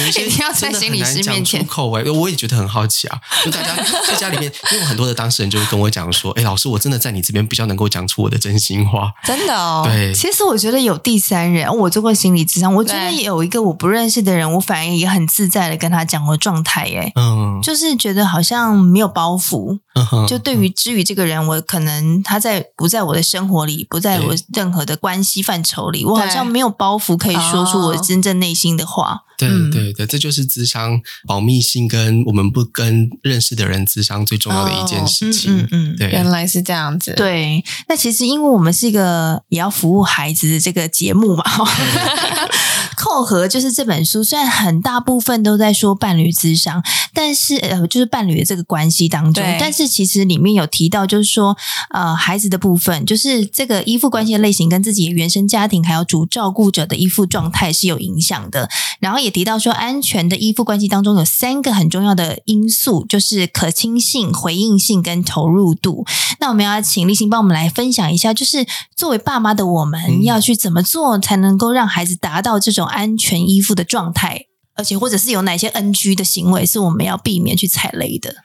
[SPEAKER 3] 有一 些
[SPEAKER 1] 一定要在
[SPEAKER 3] 真的
[SPEAKER 1] 心
[SPEAKER 3] 很
[SPEAKER 1] 理
[SPEAKER 3] 难
[SPEAKER 1] 师
[SPEAKER 3] 讲
[SPEAKER 1] 面
[SPEAKER 3] 出
[SPEAKER 1] 前
[SPEAKER 3] 口哎、我也觉得很好奇啊。就大家在家里面，因为我很多的当事人就会跟我讲说，哎，老师，我真的在你这边比较能够讲出我的真心话。
[SPEAKER 2] 真的哦，
[SPEAKER 3] 对，
[SPEAKER 1] 其实我觉得有第三人，哦我做过心理咨商，我觉得
[SPEAKER 2] 对
[SPEAKER 1] 有一个我不认识的人，我反而也很自在的跟他讲我的状态，哎，
[SPEAKER 3] 嗯，
[SPEAKER 1] 就是觉得好像没有包袱，
[SPEAKER 3] 嗯哼
[SPEAKER 1] 就对于至于这个人，我可能他在不在我的生活里，不在我任何的关系范畴里，我好像没有包袱可以说出我真正内心的话。
[SPEAKER 3] 对
[SPEAKER 1] 嗯
[SPEAKER 3] 对对，这就是咨商保密性跟我们不跟认识的人咨商最重要的一件事
[SPEAKER 1] 嗯
[SPEAKER 3] 情。
[SPEAKER 1] 嗯嗯，
[SPEAKER 3] 对，
[SPEAKER 2] 原来是这样子，，
[SPEAKER 1] 对。那其实因为我们是一个也要服务孩子的这个节目嘛，扣合就是这本书，虽然很大部分都在说伴侣智商，但是呃，就是伴侣的这个关系当中
[SPEAKER 2] 对，
[SPEAKER 1] 但是其实里面有提到，就是说呃，孩子的部分，就是这个依附关系的类型跟自己的原生家庭还有主照顾者的依附状态是有影响的。然后也提到说，安全的依附关系当中有三个很重要的因素，就是可亲性、回应性跟投入度。那我们要请立新帮我们来分享一下，就是作为爸妈的我们
[SPEAKER 3] 嗯
[SPEAKER 1] 要去怎么做才能够让孩子达到这种安全依附的状态，而且或者是有哪些 NG 的行为是我们要避免去踩雷的？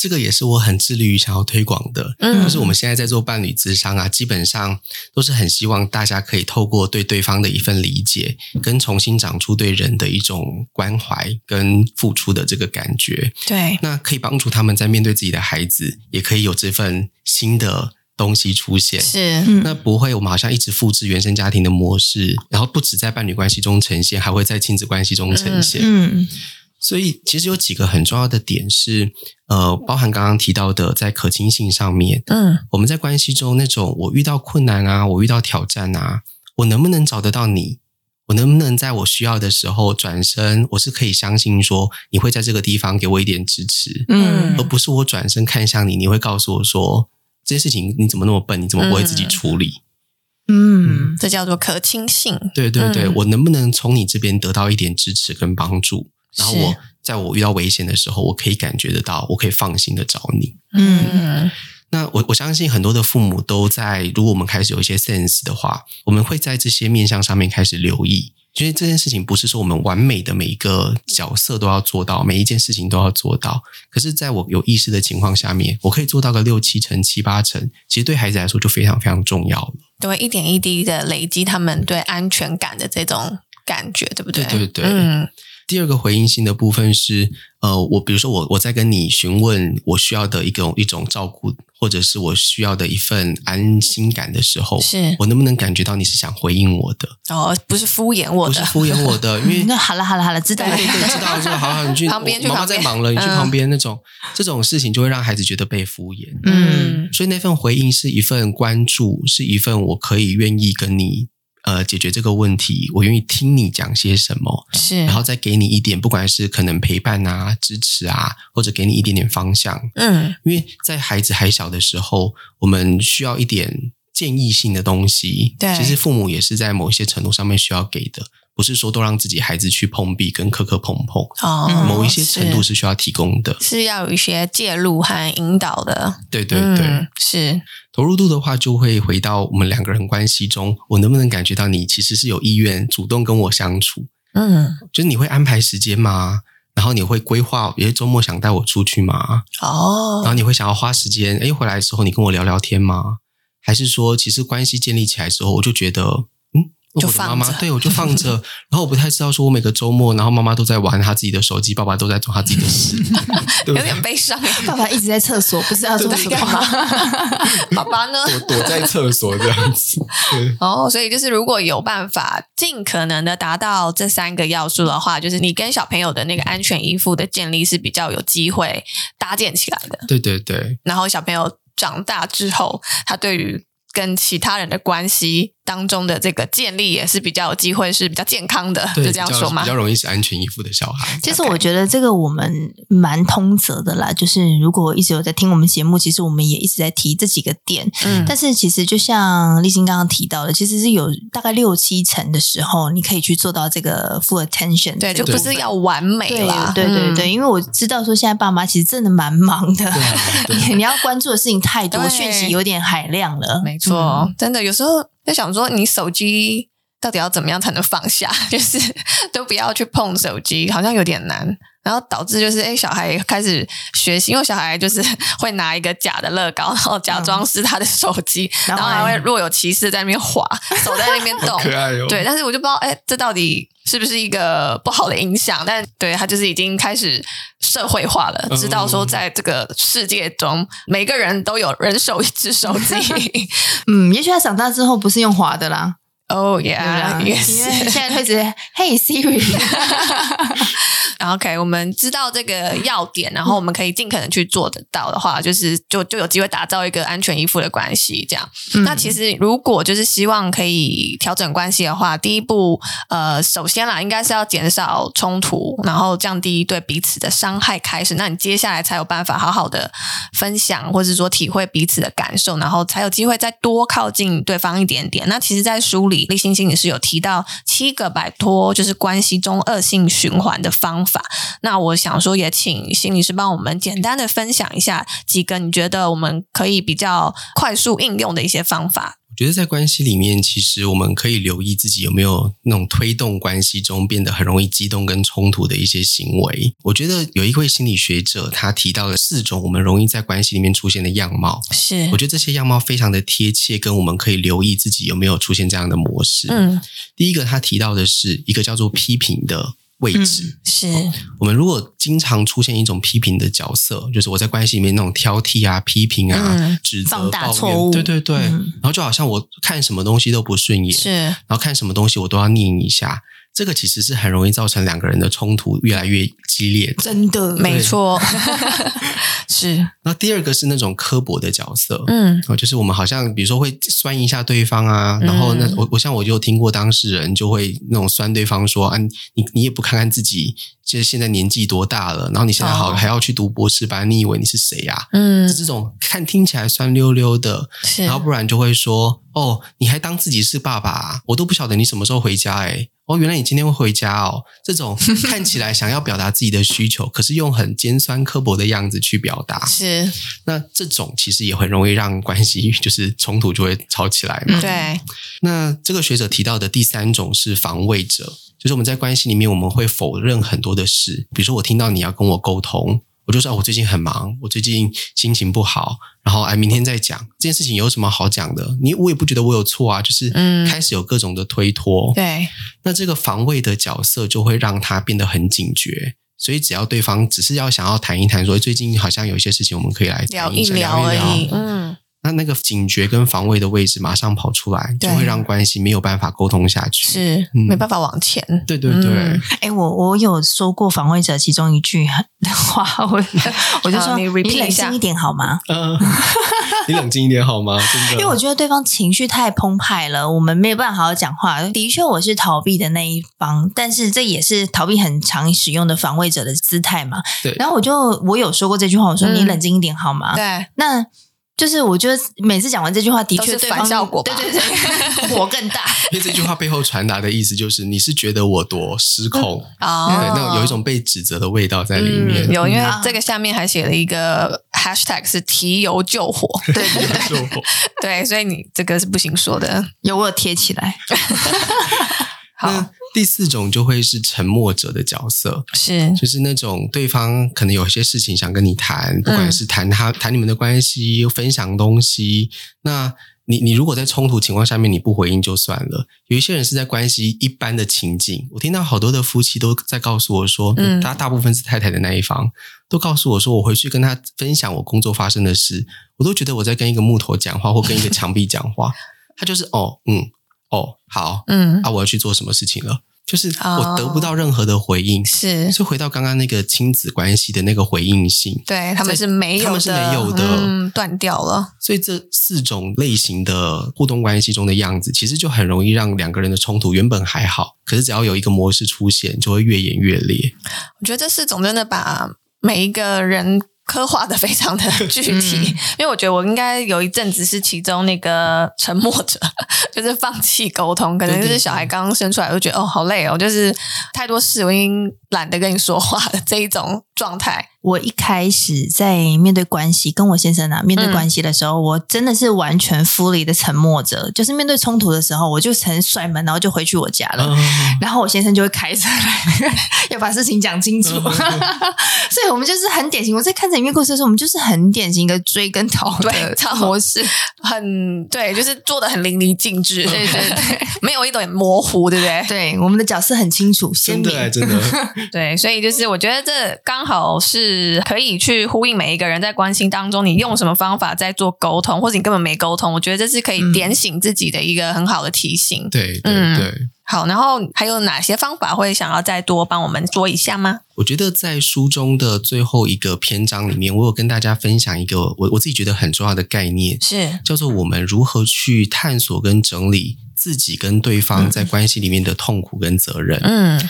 [SPEAKER 3] 这个也是我很致力于想要推广的。
[SPEAKER 2] 嗯
[SPEAKER 3] 就是我们现在在做伴侣咨商啊，基本上都是很希望大家可以透过对对方的一份理解，跟重新长出对人的一种关怀跟付出的这个感觉，
[SPEAKER 2] 对，
[SPEAKER 3] 那可以帮助他们在面对自己的孩子，也可以有这份新的东西出现。
[SPEAKER 2] 是，
[SPEAKER 3] 那不会，我们好像一直复制原生家庭的模式，然后不止在伴侣关系中呈现，还会在亲子关系中呈现。
[SPEAKER 1] 嗯
[SPEAKER 3] 所以其实有几个很重要的点是，呃，包含刚刚提到的在可亲性上面，
[SPEAKER 2] 嗯，
[SPEAKER 3] 我们在关系中那种我遇到困难啊，我遇到挑战啊，我能不能找得到你？我能不能在我需要的时候转身？我是可以相信说你会在这个地方给我一点支持，
[SPEAKER 1] 嗯
[SPEAKER 3] 而不是我转身看向你，你会告诉我说这件事情你怎么那么笨，你怎么不会自己处理？
[SPEAKER 1] 嗯
[SPEAKER 2] 这叫做可亲性，
[SPEAKER 3] 对对对，
[SPEAKER 2] 嗯
[SPEAKER 3] 我能不能从你这边得到一点支持跟帮助？然后
[SPEAKER 2] 是
[SPEAKER 3] 我在我遇到危险的时候，我可以感觉得到，我可以放心的找你。
[SPEAKER 1] 嗯
[SPEAKER 2] 嗯
[SPEAKER 3] 那我我相信很多的父母都在，如果我们开始有一些 sense 的话，我们会在这些面向上面开始留意。因为这件事情不是说我们完美的每一个角色都要做到，每一件事情都要做到。可是，在我有意识的情况下面，我可以做到个六七成、七八成，其实对孩子来说就非常非常重要了。
[SPEAKER 2] 都会一点一滴的累积他们对安全感的这种感觉，对不对？
[SPEAKER 3] 对对对
[SPEAKER 2] 嗯
[SPEAKER 3] 第二个回应性的部分是，呃，我比如说我我在跟你询问我需要的一种一种照顾，或者是我需要的一份安心感的时候，
[SPEAKER 2] 是
[SPEAKER 3] 我能不能感觉到你是想回应我的，
[SPEAKER 2] 哦，不是敷衍我
[SPEAKER 3] 不是
[SPEAKER 2] 的，
[SPEAKER 3] 敷衍我的，因为
[SPEAKER 1] 嗯，那好了好了好了，知道了
[SPEAKER 3] 对。对 对，知道就好好，你 去
[SPEAKER 2] 旁边
[SPEAKER 3] 我
[SPEAKER 2] 去
[SPEAKER 3] 妈妈
[SPEAKER 2] 旁边
[SPEAKER 3] 在忙了，你去
[SPEAKER 2] 嗯
[SPEAKER 3] 旁边那种这种事情就会让孩子觉得被敷衍，
[SPEAKER 1] 嗯
[SPEAKER 3] 所以那份回应是一份关注，是一份我可以愿意跟你呃解决这个问题，我愿意听你讲些什么，
[SPEAKER 2] 是，
[SPEAKER 3] 然后再给你一点，不管是可能陪伴啊、支持啊，或者给你一点点方向。
[SPEAKER 2] 嗯
[SPEAKER 3] 因为在孩子还小的时候，我们需要一点建议性的东西。
[SPEAKER 2] 对
[SPEAKER 3] 其实父母也是在某些程度上面需要给的，不是说都让自己孩子去碰壁跟磕磕碰碰。
[SPEAKER 2] 哦，
[SPEAKER 1] 嗯
[SPEAKER 3] 某一些程度
[SPEAKER 2] 是
[SPEAKER 3] 是需要提供的，
[SPEAKER 2] 是要有一些介入和引导的，
[SPEAKER 3] 对对对。
[SPEAKER 2] 嗯、是
[SPEAKER 3] 投入度的话，就会回到我们两个人关系中，我能不能感觉到你其实是有意愿主动跟我相处？
[SPEAKER 2] 嗯
[SPEAKER 3] 就是你会安排时间吗？然后你会规划，诶，周末想带我出去吗？然
[SPEAKER 2] 哦，
[SPEAKER 3] 后你会想要花时间，诶，回来之后你跟我聊聊天吗？还是说，其实关系建立起来之后，我就觉得，嗯，我
[SPEAKER 2] 就
[SPEAKER 3] 的妈
[SPEAKER 2] 放
[SPEAKER 3] 妈
[SPEAKER 2] 着
[SPEAKER 3] 对我就 放着，然后我不太知道说，我每个周末，然后妈妈都在玩她自己的手机，爸爸都在做他自己 的事， 对不
[SPEAKER 2] 有
[SPEAKER 3] 对？
[SPEAKER 2] 点悲 伤。
[SPEAKER 1] 爸爸一直在厕所，不知道做啊什
[SPEAKER 2] 干
[SPEAKER 1] 么。
[SPEAKER 2] 嘛？爸爸呢？
[SPEAKER 3] 躲躲在厕所这样子，对
[SPEAKER 2] 哦，所以就是如果有办法尽可能的达到这三个要素的话，就是你跟小朋友的那个安全依附的建立是比较有机会搭建起来的。
[SPEAKER 3] 对对对，
[SPEAKER 2] 然后小朋友长大之后，他对于跟其他人的关系当中的这个建立也是比较有机会，是比较健康的，
[SPEAKER 3] 对
[SPEAKER 2] 就这样
[SPEAKER 3] 比较
[SPEAKER 2] 说吗
[SPEAKER 3] 比较？容易是安全依附的小孩，
[SPEAKER 1] 其实我觉得这个我们蛮通则的啦，就是如果一直有在听我们节目，其实我们也一直在提这几个点。
[SPEAKER 2] 嗯
[SPEAKER 1] 但是其实就像丽晶刚刚提到的，其实是有大概六七成的时候，你可以去做到这个 full attention，
[SPEAKER 2] 对，
[SPEAKER 1] 这
[SPEAKER 2] 就
[SPEAKER 1] 个
[SPEAKER 2] 不
[SPEAKER 1] 部
[SPEAKER 2] 是
[SPEAKER 1] 分
[SPEAKER 2] 要完美啦，
[SPEAKER 1] 对对对对，
[SPEAKER 2] 嗯。
[SPEAKER 1] 因为我知道说现在爸妈其实真的蛮忙的，
[SPEAKER 3] 对啊， 对
[SPEAKER 1] 你要关注的事情太多，
[SPEAKER 2] 对
[SPEAKER 1] 讯息有点海量了。
[SPEAKER 2] 没错，真的有时候在想说，你手机到底要怎么样才能放下？ 就是都不要去碰手机，好像有点难。然后导致就是，哎、小孩开始学习，因为小孩就是 会拿一个假的乐高，然后假装是他的手机，
[SPEAKER 1] 然
[SPEAKER 2] 然
[SPEAKER 1] 后
[SPEAKER 2] 后还会若有其事在那边滑，手在那边动
[SPEAKER 3] 好。可爱哦，
[SPEAKER 2] 对，但是我就不知道，哎、这到底是不是一个不好的影响？但对他就是已经开始社会化了，知道说在这个世界中，每个人都有人手一只手机。
[SPEAKER 1] 嗯，也许他长大之后不是用滑的啦，
[SPEAKER 2] 哦耶，
[SPEAKER 1] 对 啦，因
[SPEAKER 2] 也
[SPEAKER 1] 为现
[SPEAKER 2] 是。
[SPEAKER 1] 在会直接 Hey Siri，
[SPEAKER 2] OK，我们知道这个要点，然后我们可以尽可能去做得到的话，就是就就有机会打造一个安全依附的关系。这样，那其
[SPEAKER 1] 实
[SPEAKER 2] 实如果就是希望可以调整关系的话，第一步，呃，首先啦，应该是要减少冲突，然后降低对彼此的伤害开始。那你接下来才有办法好好的分享，或是说体会彼此的感受，然后才有机会再多靠近对方一点点。那其实，在书里，立星星也是有提到七个摆脱就是关系中恶性循环的方法。那我想说，也请心理师帮我们简单的分享一下几个你觉得我们可以比较快速应用的一些方法。
[SPEAKER 3] 我觉得在关系里面，其实我们可以留意自己有没有那种推动关系中变得很容易激动跟冲突的一些行为。我觉得有一位心理学者他提到了四种我们容易在关系里面出现的样貌，
[SPEAKER 2] 是
[SPEAKER 3] 我觉得这些样貌非常的贴切，跟我们可以留意自己有没有出现这样的模式。，
[SPEAKER 2] 嗯，
[SPEAKER 3] 第一个他提到的是一个叫做批评的位置。
[SPEAKER 2] 是，
[SPEAKER 3] 我们如果经常出现一种批评的角色，就是我在关系里面那种挑剔啊、批评啊、
[SPEAKER 2] 嗯
[SPEAKER 3] 指责、
[SPEAKER 1] 放大
[SPEAKER 3] 抱怨
[SPEAKER 1] 错误
[SPEAKER 3] 对对对。
[SPEAKER 1] 嗯
[SPEAKER 3] 然后就好像我看什么东西都不顺眼，
[SPEAKER 2] 是，
[SPEAKER 3] 然后看什么东西我都要念一下，这个其实是很容易造成两个人的冲突越来越激烈的。
[SPEAKER 1] 真的
[SPEAKER 2] 没 错，是，
[SPEAKER 3] 那第二个是那种刻薄的角色，
[SPEAKER 2] 嗯，
[SPEAKER 3] 哦，就是我们好像比如说会酸一下对方啊，然后那
[SPEAKER 2] 嗯
[SPEAKER 3] 我我像我就有听过当事人就会那种酸对方说啊，你你也不看看自己，就是现在年纪多大了，然后你现在好、
[SPEAKER 2] 哦
[SPEAKER 3] 还要去读博士班，你以为你是谁呀、啊？
[SPEAKER 2] 嗯
[SPEAKER 3] 是，这种看听起来酸溜溜的，
[SPEAKER 2] 是
[SPEAKER 3] 然后不然就会说哦，你还当自己是爸爸、啊，我都不晓得你什么时候回家诶、哦，原来你今天会回家哦！这种看起来想要表达自己的需求，可是用很尖酸刻薄的样子去表达，
[SPEAKER 2] 是，
[SPEAKER 3] 那这种其实也很容易让关系 就是冲突就会吵起来嘛。
[SPEAKER 1] 嗯
[SPEAKER 2] 对，
[SPEAKER 3] 那这个学者提到的第三种是防卫者，就是我们在关系里面我们会否认很多的事，比如说我听到你要跟我沟通，我就说、啊我最近很忙，我最近心情不好，然后哎明天再讲这件事情有什么好讲的？你我也不觉得我有错啊，就是
[SPEAKER 2] 嗯
[SPEAKER 3] 开始有各种的推脱。
[SPEAKER 2] 对，
[SPEAKER 3] 那这个防卫的角色就会让他变得很警觉。所以，只要对方只是要想要谈一谈，说哎最近好像有一些事情，我们可以来
[SPEAKER 2] 聊
[SPEAKER 3] 谈
[SPEAKER 2] 一
[SPEAKER 3] 下
[SPEAKER 2] 聊而
[SPEAKER 3] 聊
[SPEAKER 2] 已，嗯，
[SPEAKER 3] 那那个警觉跟防卫的位置马上跑出来，
[SPEAKER 2] 对
[SPEAKER 3] 就会让关系没有办法沟通下去。
[SPEAKER 2] 是
[SPEAKER 3] 嗯
[SPEAKER 2] 没办法往前，
[SPEAKER 3] 对对对，
[SPEAKER 2] 嗯
[SPEAKER 1] 哎、我我有说过防卫者其中一句话，我 我就
[SPEAKER 2] 好
[SPEAKER 1] 说
[SPEAKER 2] 你 repeat
[SPEAKER 1] 冷
[SPEAKER 2] 一下
[SPEAKER 1] 静一点好吗？
[SPEAKER 3] 嗯， 你冷静一点好吗？真的，
[SPEAKER 1] 因为我觉得对方情绪太澎湃了，我们没有办法好好讲话。的确，我是逃避的那一方，但是这也是逃避很常使用的防卫者的姿态嘛。
[SPEAKER 3] 对
[SPEAKER 1] 然后我就我有说过这句话，我说
[SPEAKER 2] 嗯
[SPEAKER 1] 你冷静一点好
[SPEAKER 3] 啊
[SPEAKER 1] 吗？
[SPEAKER 2] 对，
[SPEAKER 1] 那就是我觉得每次讲完这句话，的确
[SPEAKER 2] 都是
[SPEAKER 1] 对方
[SPEAKER 2] 反效果吧
[SPEAKER 1] 对对对， 火更大。
[SPEAKER 3] 因为这句话背后传达的意思就是，你是觉得我多失控，
[SPEAKER 2] 哦
[SPEAKER 3] 对，，那有一种被指责的味道在里面。
[SPEAKER 2] 嗯有，因为
[SPEAKER 1] 嗯
[SPEAKER 2] 这个下面还写了一个 hashtag 是提油救火，对对对
[SPEAKER 3] 就我
[SPEAKER 2] 对，所以你这个是不行说的。
[SPEAKER 1] 有我有贴起来，
[SPEAKER 2] 好
[SPEAKER 3] 那，第四种就会是沉默者的角色，
[SPEAKER 2] 是
[SPEAKER 3] 就是那种对方可能有一些事情想跟你谈，不
[SPEAKER 2] 嗯
[SPEAKER 3] 管是谈他、谈你们的关系，分享东西，那。你你如果在冲突情况下面你不回应就算了，有一些人是在关系一般的情境，我听到好多的夫妻都在告诉我说，
[SPEAKER 2] 嗯
[SPEAKER 3] 嗯，他大部分是太太的那一方，都告诉我说，我回去跟他分享我工作发生的事，我都觉得我在跟一个木头讲话或跟一个墙壁讲话，他就是哦嗯哦好
[SPEAKER 2] 嗯
[SPEAKER 3] 啊我要去做什么事情了，就是
[SPEAKER 2] 哦
[SPEAKER 3] 我得不到任何的回应，
[SPEAKER 2] 是，
[SPEAKER 3] 所以回到刚刚那个亲子关系的那个回应性，
[SPEAKER 2] 对他们
[SPEAKER 3] 在
[SPEAKER 2] 是没有的，
[SPEAKER 3] 他们是没有的
[SPEAKER 2] 嗯，断掉了，
[SPEAKER 3] 所以这四种类型的互动关系中的样子，其实就很容易让两个人的冲突原本还好，可是只要有一个模式出现，就会越演越烈。
[SPEAKER 2] 我觉得这四种真的把每一个人刻画的非常的具
[SPEAKER 3] 嗯
[SPEAKER 2] 体，因为我觉得我应该有一阵子是其中那个沉默者，就是放弃沟通，可能
[SPEAKER 3] 对
[SPEAKER 2] 就
[SPEAKER 3] 对
[SPEAKER 2] 是
[SPEAKER 3] 对
[SPEAKER 2] 小孩刚生出来，我就觉得哦好累哦，就是太多事，我已经懒得跟你说话了这一种状态，
[SPEAKER 1] 我一开始在面对关系，跟我先生啊面对关系的时候，我真的是完全 fully 的沉默着，就是面对冲突的时候，我就很甩门，然后就回去我家了。
[SPEAKER 3] 嗯
[SPEAKER 1] 然后我先生就会开车来， 要把事情讲清楚。
[SPEAKER 3] 嗯
[SPEAKER 1] 所以我们就是很典型。我在看整面故事的时候，我们就是很典型的追跟逃
[SPEAKER 2] 对
[SPEAKER 1] 的
[SPEAKER 2] 逃
[SPEAKER 1] 模式。
[SPEAKER 2] 很对，就是做的很淋漓尽致，
[SPEAKER 1] 对对对，
[SPEAKER 2] 没有一点模糊，对不对？
[SPEAKER 1] 对，我们的角色很清楚鲜
[SPEAKER 3] 真
[SPEAKER 1] 明
[SPEAKER 3] 的。欸真的，
[SPEAKER 2] 对，所以就是我觉得这刚好是可以去呼应每一个人在关心当中，你用什么方法在做沟通，或者你根本没沟通，我觉得这是可以
[SPEAKER 1] 嗯
[SPEAKER 2] 点醒自己的一个很好的提醒。
[SPEAKER 3] 对对
[SPEAKER 2] 嗯
[SPEAKER 3] 对。
[SPEAKER 2] 好，然后还有哪些方法会想要再多帮我们说一下吗？
[SPEAKER 3] 我觉得在书中的最后一个篇章里面，我有跟大家分享一个我我自己觉得很重要的概念，
[SPEAKER 2] 是，
[SPEAKER 3] 叫做我们如何去探索跟整理自己跟对方在关系里面的痛苦跟责任。
[SPEAKER 2] 嗯，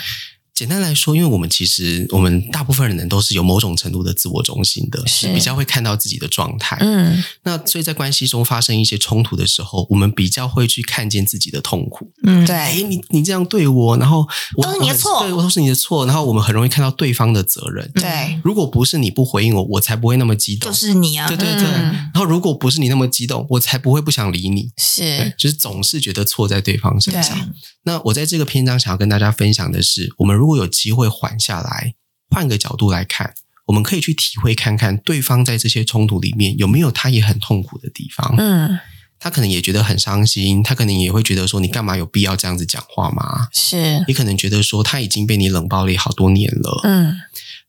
[SPEAKER 3] 简单来说，因为我们其实我们大部分人都是有某种程度的自我中心的，
[SPEAKER 2] 是
[SPEAKER 3] 比较会看到自己的状态。
[SPEAKER 2] 嗯，
[SPEAKER 3] 那所以在关系中发生一些冲突的时候，我们比较会去看见自己的痛苦。
[SPEAKER 1] 嗯，
[SPEAKER 3] 哎，
[SPEAKER 2] 对，
[SPEAKER 3] 你你这样对我，然后我
[SPEAKER 1] 都是你的
[SPEAKER 3] 我很
[SPEAKER 1] 错嗯
[SPEAKER 3] 对我都是你的错，然后我们很容易看到对方的责任。
[SPEAKER 2] 对，
[SPEAKER 3] 如果不是你不回应我，我才不会那么激动。
[SPEAKER 1] 就是你啊
[SPEAKER 3] 对。对对，
[SPEAKER 2] 嗯
[SPEAKER 3] 然后如果不是你那么激动，我才不会不想理你。对
[SPEAKER 2] 是，，
[SPEAKER 3] 就是总是觉得错在对方身
[SPEAKER 2] 对，
[SPEAKER 3] 上。那我在这个篇章想要跟大家分享的是，我们如果有机会缓下来，换个角度来看，我们可以去体会看看对方在这些冲突里面有没有他也很痛苦的地方。
[SPEAKER 2] 嗯，
[SPEAKER 3] 他可能也觉得很伤心，他可能也会觉得说，你干嘛有必要这样子讲话吗？
[SPEAKER 2] 是，
[SPEAKER 3] 也可能觉得说他已经被你冷暴力好多年了，
[SPEAKER 2] 嗯，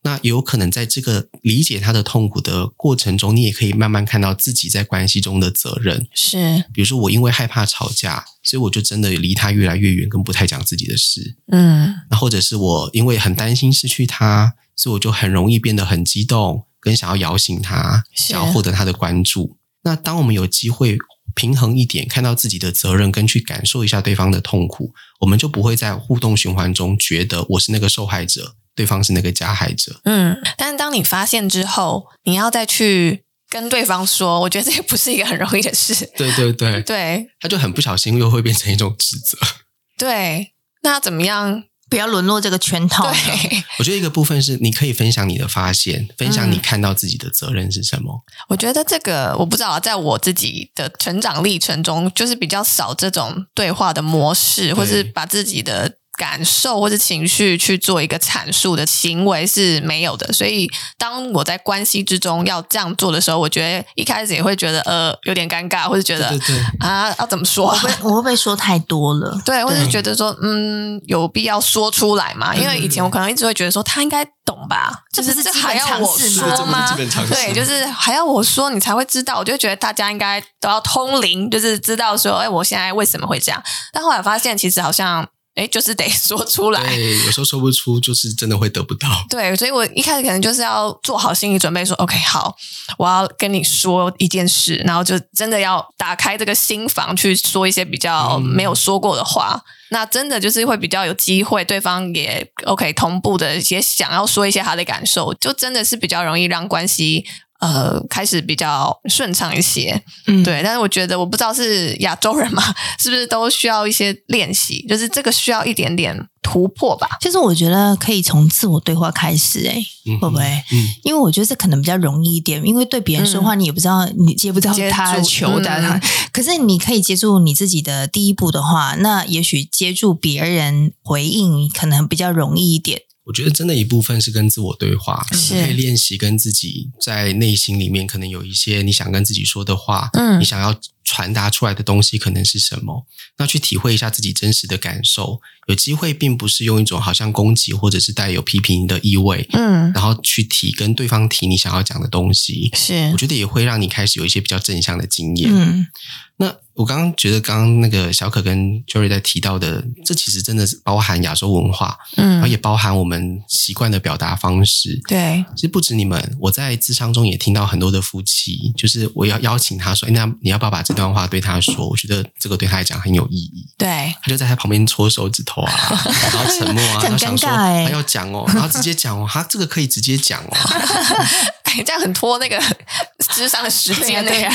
[SPEAKER 3] 那也有可能在这个理解他的痛苦的过程中，你也可以慢慢看到自己在关系中的责任。
[SPEAKER 2] 是，
[SPEAKER 3] 比如说，我因为害怕吵架，所以我就真的离他越来越远，跟不太讲自己的事。
[SPEAKER 2] 嗯，
[SPEAKER 3] 那或者是我因为很担心失去他，所以我就很容易变得很激动，跟想要摇醒他，
[SPEAKER 2] 是
[SPEAKER 3] 想要获得他的关注。那当我们有机会平衡一点，看到自己的责任，跟去感受一下对方的痛苦，我们就不会在互动循环中觉得我是那个受害者，对方是那个加害者。
[SPEAKER 2] 嗯，但是当你发现之后，你要再去跟对方说，我觉得这也不是一个很容易的事。
[SPEAKER 3] 对对对，
[SPEAKER 2] 对，
[SPEAKER 3] 他就很不小心又会变成一种指责。
[SPEAKER 2] 对，那要怎么样？
[SPEAKER 1] 不要沦落这个圈套呢。
[SPEAKER 2] 对，
[SPEAKER 3] 我觉得一个部分是你可以分享你的发现，分享你
[SPEAKER 2] 嗯
[SPEAKER 3] 看到自己的责任是什么。
[SPEAKER 2] 我觉得这个我不知道，啊在我自己的成长历程中，就是比较少这种对话的模式，或是把自己的感受或是情绪去做一个阐述的行为是没有的。所以，当我在关系之中要这样做的时候，我觉得一开始也会觉得呃有点尴尬，或是觉得
[SPEAKER 3] 对，
[SPEAKER 2] 啊要怎么说
[SPEAKER 1] 我
[SPEAKER 2] 啊、
[SPEAKER 1] 会我会不会说太多了？
[SPEAKER 2] 对，或者
[SPEAKER 3] 对
[SPEAKER 2] 觉得说，嗯，有必要说出来嘛？因为以前我可能一直会觉得说，他应该懂吧，
[SPEAKER 1] 嗯这
[SPEAKER 2] 就
[SPEAKER 1] 不是
[SPEAKER 2] 这
[SPEAKER 1] 基本
[SPEAKER 2] 还要
[SPEAKER 1] 常
[SPEAKER 2] 我
[SPEAKER 1] 识吗对这
[SPEAKER 2] 说
[SPEAKER 1] 不是
[SPEAKER 2] 吗？
[SPEAKER 3] 基本常识
[SPEAKER 2] 对，就是还要我说你才会知道。我就觉得大家应该都要通灵，就是知道说，哎，我现在为什么会这样？但后来发现，其实好像，哎，就是得说出来。
[SPEAKER 3] 对，有时候说不出，就是真的会得不到。
[SPEAKER 2] 对，所以我一开始可能就是要做好心理准备说，OK，好，我要跟你说一件事，然后就真的要打开这个心房去说一些比较
[SPEAKER 3] 嗯
[SPEAKER 2] 没有说过的话。那真的就是会比较有机会，对方也 OK 同步的也想要说一些他的感受，就真的是比较容易让关系呃开始比较顺畅一些。
[SPEAKER 1] 嗯，
[SPEAKER 2] 对，但是我觉得我不知道是亚洲人嘛，是不是都需要一些练习？就是这个需要一点点突破吧。
[SPEAKER 1] 其实我觉得可以从自我对话开始、欸，
[SPEAKER 3] 嗯
[SPEAKER 1] 会不会？
[SPEAKER 3] 嗯，
[SPEAKER 1] 因为我觉得这可能比较容易一点，因为对别人说话，你也不知道、你接不到
[SPEAKER 2] 接
[SPEAKER 1] 他的
[SPEAKER 2] 住
[SPEAKER 1] 球
[SPEAKER 2] 嗯
[SPEAKER 1] 的、他可是你可以接住你自己的第一步的话，那也许接住别人回应可能比较容易一点。
[SPEAKER 3] 我觉得真的一部分是跟自我对话，
[SPEAKER 2] 是
[SPEAKER 3] 你可以练习跟自己在内心里面可能有一些你想跟自己说的话，
[SPEAKER 2] 嗯
[SPEAKER 3] 你想要传达出来的东西可能是什么，那去体会一下自己真实的感受。有机会并不是用一种好像攻击或者是带有批评的意味，
[SPEAKER 2] 嗯，
[SPEAKER 3] 然后去提跟对方提你想要讲的东西。
[SPEAKER 2] 是
[SPEAKER 3] 我觉得也会让你开始有一些比较正向的经验。
[SPEAKER 1] 嗯
[SPEAKER 3] 那我刚刚觉得，刚刚那个小可跟 Jerry 在提到的，这其实真的是包含亚洲文化，然后
[SPEAKER 2] 嗯，
[SPEAKER 3] 也包含我们习惯的表达方式。
[SPEAKER 2] 对，
[SPEAKER 3] 其实不止你们，我在智商中也听到很多的夫妻，就是我要邀请他说：“哎，那你要不要把这段话对他说？”我觉得这个对他来讲很有意义。
[SPEAKER 2] 对，
[SPEAKER 3] 他就在他旁边搓手指 头啊，然后沉默啊，
[SPEAKER 1] 这
[SPEAKER 3] 然
[SPEAKER 1] 很
[SPEAKER 3] 后想说
[SPEAKER 1] 尴尬欸
[SPEAKER 3] 他要讲哦，然后直接讲哦，他这个可以直接讲哦。
[SPEAKER 2] 哎， 这样很拖那 个智商的时间呢
[SPEAKER 1] 对。
[SPEAKER 2] 啊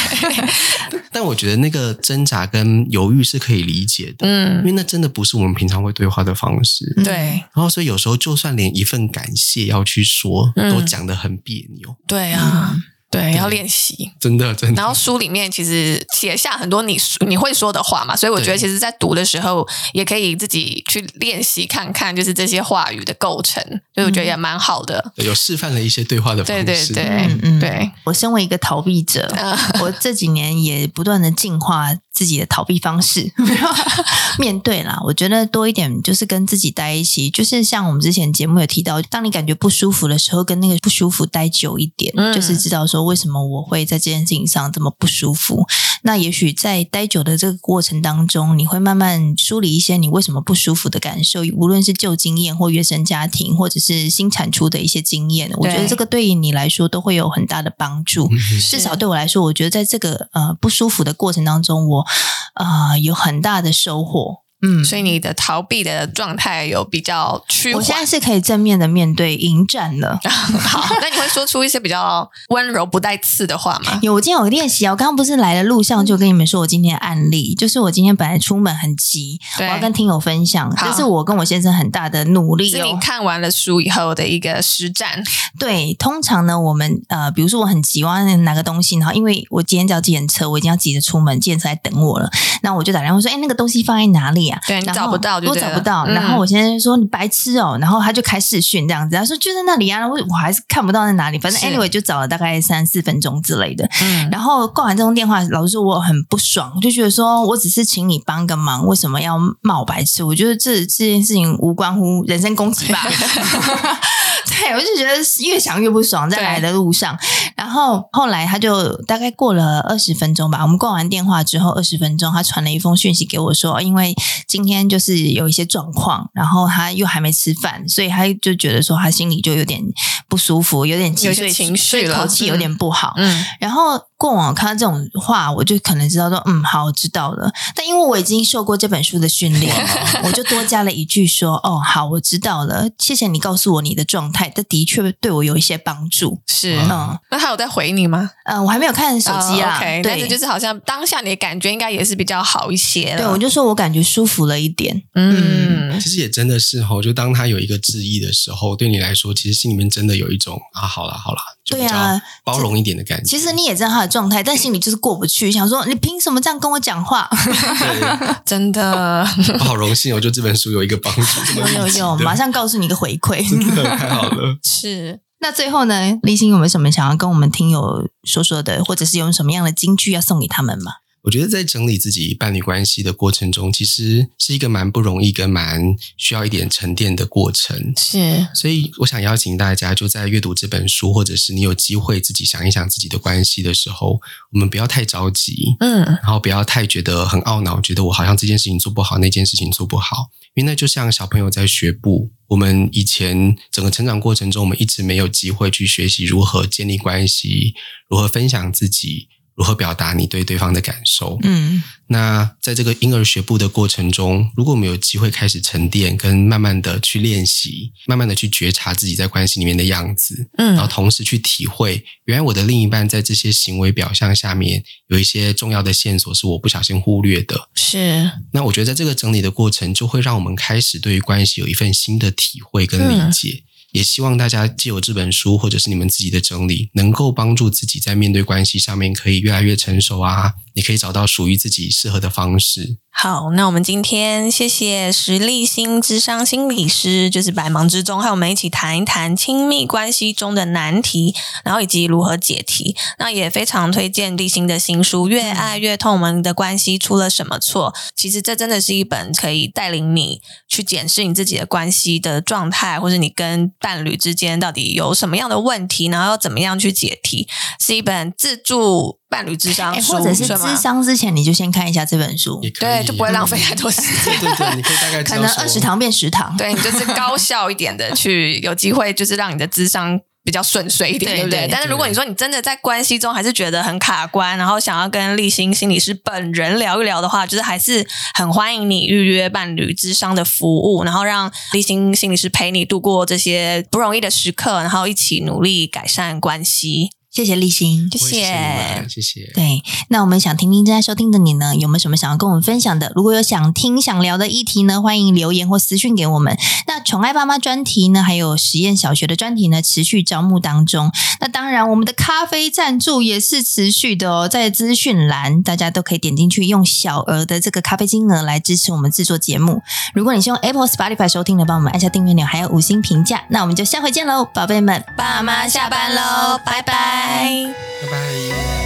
[SPEAKER 3] 但我觉得那个挣扎跟犹豫是可以理解的，因
[SPEAKER 2] 嗯，
[SPEAKER 3] 为那真的不是我们平常会对话的方式。
[SPEAKER 1] 嗯
[SPEAKER 2] 对
[SPEAKER 3] 然后，所以有时候就算连一份感谢要去说，
[SPEAKER 2] 嗯
[SPEAKER 3] 都讲得很别扭，
[SPEAKER 2] 对
[SPEAKER 1] 嗯
[SPEAKER 2] 啊，对，要练习。
[SPEAKER 3] 嗯真的，真的。
[SPEAKER 2] 然后书里面其实写下很多你你会说的话嘛，所以我觉得
[SPEAKER 3] 对
[SPEAKER 2] 其实，在读的时候也可以自己去练习看看，就是这些话语的构成，所以我觉得也蛮好的。
[SPEAKER 3] 有示范了一些对话的方
[SPEAKER 2] 对
[SPEAKER 3] 式。
[SPEAKER 2] 对对
[SPEAKER 1] 嗯嗯
[SPEAKER 2] 对，嗯
[SPEAKER 1] 我身为一个逃避者， 我这几年也不断的进化自己的逃避方式， 面对啦。我觉得多一点就是跟自己待一起，就是像我们之前节目有提到，当你感觉不舒服的时候，跟那个不舒服待久一点，
[SPEAKER 2] 嗯
[SPEAKER 1] 就是知道说为什么我会在这件事情上这么不舒服。那也许在待久的这个过程当中，你会慢慢梳理一些你为什么不舒服的感受，无论是旧经验或原生家庭，或者是新产出的一些经验，我觉得
[SPEAKER 2] 对
[SPEAKER 1] 这个对于你来说都会有很大的帮助。
[SPEAKER 3] 嗯
[SPEAKER 1] 至少对我来说，我觉得在这个呃不舒服的过程当中，我呃有很大的收获。嗯，
[SPEAKER 2] 所以你的逃避的状态有比较趋
[SPEAKER 1] 我
[SPEAKER 2] 缓。
[SPEAKER 1] 现在是可以正面的面对迎战了。
[SPEAKER 2] 好， 那你会说出一些比较温柔不带刺的话 吗？
[SPEAKER 1] 有，我今天有练习啊！我刚刚不是来的路上就跟你们说我今天的案例，就是我今天本来出门很急，我
[SPEAKER 2] 对
[SPEAKER 1] 要跟听友分享，
[SPEAKER 2] 好
[SPEAKER 1] 这是我跟我先生很大的努力
[SPEAKER 2] 是
[SPEAKER 1] 哦
[SPEAKER 2] 你。看完了书以后的一个实战，
[SPEAKER 1] 对，通常呢，我们呃，比如说我很急，我要拿个东西，然后因为我今天叫计程车，我已经要急着出门，计程车在等我了，那我就打电话说，哎，那个东西放在哪里啊？
[SPEAKER 2] 对你
[SPEAKER 1] 然后
[SPEAKER 2] 找不到就
[SPEAKER 1] 我
[SPEAKER 2] 对
[SPEAKER 1] 找
[SPEAKER 2] 了
[SPEAKER 1] 不到。
[SPEAKER 2] 嗯
[SPEAKER 1] 然后我先生说你白痴哦，然后他就开视讯这样子，他说就在那里啊，我我还是看不到在哪里，反正
[SPEAKER 2] 是
[SPEAKER 1] anyway 就找了大概三四分钟之类的。
[SPEAKER 2] 嗯，
[SPEAKER 1] 然后挂完这通电话，老实说我很不爽，我就觉得说我只是请你帮个忙，为什么要冒白痴？我觉得这这件事情无关乎人身攻 击吧。 对，我就觉得越想越不爽，在
[SPEAKER 2] 对
[SPEAKER 1] 来的路上。然后后来他就大概过了二十分钟吧，我们挂完电话之后二十分钟，他传了一封讯息给我说，哦因为今天就是有一些状况，然后他又还没吃饭，所以他就觉得说他心里就有点不舒服，有点
[SPEAKER 2] 有
[SPEAKER 1] 情
[SPEAKER 2] 些
[SPEAKER 1] 绪，
[SPEAKER 2] 情绪
[SPEAKER 1] 所以
[SPEAKER 2] 了
[SPEAKER 1] 口气有
[SPEAKER 2] 嗯
[SPEAKER 1] 点不好。
[SPEAKER 2] 嗯，
[SPEAKER 1] 然后过往看到这种话，我就可能知道说，嗯，好，我知道了。但因为我已经受过这本书的训练，我就多加了一句说，哦，好，我知道了，谢谢你告诉我你的状态，这的确对我有一些帮助。
[SPEAKER 2] 是。
[SPEAKER 3] 嗯
[SPEAKER 1] 嗯
[SPEAKER 2] 那他有在回你吗？
[SPEAKER 1] 呃，我还没有看手机
[SPEAKER 2] 哦
[SPEAKER 1] 啊
[SPEAKER 2] OK，但是
[SPEAKER 1] 对
[SPEAKER 2] 就。是好像当下你的感觉应该也是比较好一些了。
[SPEAKER 1] 对，我就说我感觉舒服了一点，
[SPEAKER 2] 嗯，
[SPEAKER 3] 其实也真的是哈，就当他有一个质疑的时候，对你来说，其实心里面真的有一种啊，好啦好啦，就比
[SPEAKER 1] 对啊
[SPEAKER 3] 较包容一点的感觉。
[SPEAKER 1] 其实你也知道他的状态，但心里就是过不去，想说你凭什么这样跟我讲话？
[SPEAKER 3] 对，
[SPEAKER 2] 真的，
[SPEAKER 3] 我好荣幸哦，就这本书有一个帮助，这么
[SPEAKER 1] 有有
[SPEAKER 3] 立即
[SPEAKER 1] 有，
[SPEAKER 3] 的
[SPEAKER 1] 马上告诉你一个回馈。
[SPEAKER 3] 真的太好了。
[SPEAKER 2] 是
[SPEAKER 1] 那最后呢，立新有没有什么想要跟我们听友说说的，或者是有什么样的金句要送给他们吗？
[SPEAKER 3] 我觉得在整理自己伴侣关系的过程中，其实是一个蛮不容易跟蛮需要一点沉淀的过程。
[SPEAKER 2] 是，
[SPEAKER 3] 所以我想邀请大家，就在阅读这本书，或者是你有机会自己想一想自己的关系的时候，我们不要太着急，
[SPEAKER 2] 嗯，
[SPEAKER 3] 然后不要太觉得很懊恼，觉得我好像这件事情做不好，那件事情做不好，因为那就像小朋友在学步。我们以前整个成长过程中，我们一直没有机会去学习如何建立关系，如何分享自己，如何表达你对对方的感受。
[SPEAKER 1] 嗯
[SPEAKER 3] 那在这个婴儿学步的过程中，如果我们有机会开始沉淀，跟慢慢的去练习，慢慢的去觉察自己在关系里面的样子，然后
[SPEAKER 2] 嗯
[SPEAKER 3] 同时去体会，原来我的另一半在这些行为表象下面有一些重要的线索是我不小心忽略的。
[SPEAKER 2] 是
[SPEAKER 3] 那我觉得在这个整理的过程，就会让我们开始对于关系有一份新的体会跟
[SPEAKER 2] 嗯
[SPEAKER 3] 理解。也希望大家借由这本书，或者是你们自己的整理，能够帮助自己在面对关系上面可以越来越成熟啊，你可以找到属于自己适合的方式。
[SPEAKER 2] 好，那我们今天谢谢实力新智商心理师，就是百忙之中和我们一起谈一谈亲密关系中的难题，然后以及如何解题。那也非常推荐立新的新书《越
[SPEAKER 1] 嗯
[SPEAKER 2] 爱越痛》，我们的关系出了什么错？其实这真的是一本可以带领你去检视你自己的关系的状态，或者你跟伴侣之间到底有什么样的问题，然后要怎么样去解题，是一本自助伴侣智商
[SPEAKER 1] 诶
[SPEAKER 2] 书，
[SPEAKER 1] 哎或者是
[SPEAKER 2] 对吗
[SPEAKER 1] 智商之前，你就先看一下这本书
[SPEAKER 3] 也，可以
[SPEAKER 2] 对，就不会浪费太多时间。
[SPEAKER 3] 对对对，你可以大概知道
[SPEAKER 1] 可能
[SPEAKER 3] 说
[SPEAKER 1] 二十堂变十堂。
[SPEAKER 2] 对你就是高效一点的去，有机会就是让你的智商比较顺遂一点，
[SPEAKER 1] 对
[SPEAKER 2] 对不对？
[SPEAKER 1] 对
[SPEAKER 2] 但是如果你说你真的在关系中还是觉得很卡关，然后想要跟立新心理师本人聊一聊的话，就是还是很欢迎你预约伴侣智商的服务，然后让立新心理师陪你度过这些不容易的时刻，然后一起努力改善关系。
[SPEAKER 1] 谢谢立新。
[SPEAKER 2] 谢
[SPEAKER 3] 我也是你
[SPEAKER 2] 谢
[SPEAKER 3] 们，谢谢。
[SPEAKER 1] 对，那我们想听听正在收听的你呢，有没有什么想要跟我们分享的？如果有想听、想聊的议题呢，欢迎留言或私讯给我们。那宠爱爸妈专题呢，还有实验小学的专题呢，持续招募当中。那当然，我们的咖啡赞助也是持续的哦，在资讯栏大家都可以点进去，用小额的这个咖啡金额来支持我们制作节目。如果你是用 Apple、Spotify 收听的，帮我们按下订阅钮，还有五星评价。那我们就下回见喽，宝贝们，
[SPEAKER 2] 爸妈下班喽，拜拜。
[SPEAKER 3] 拜拜。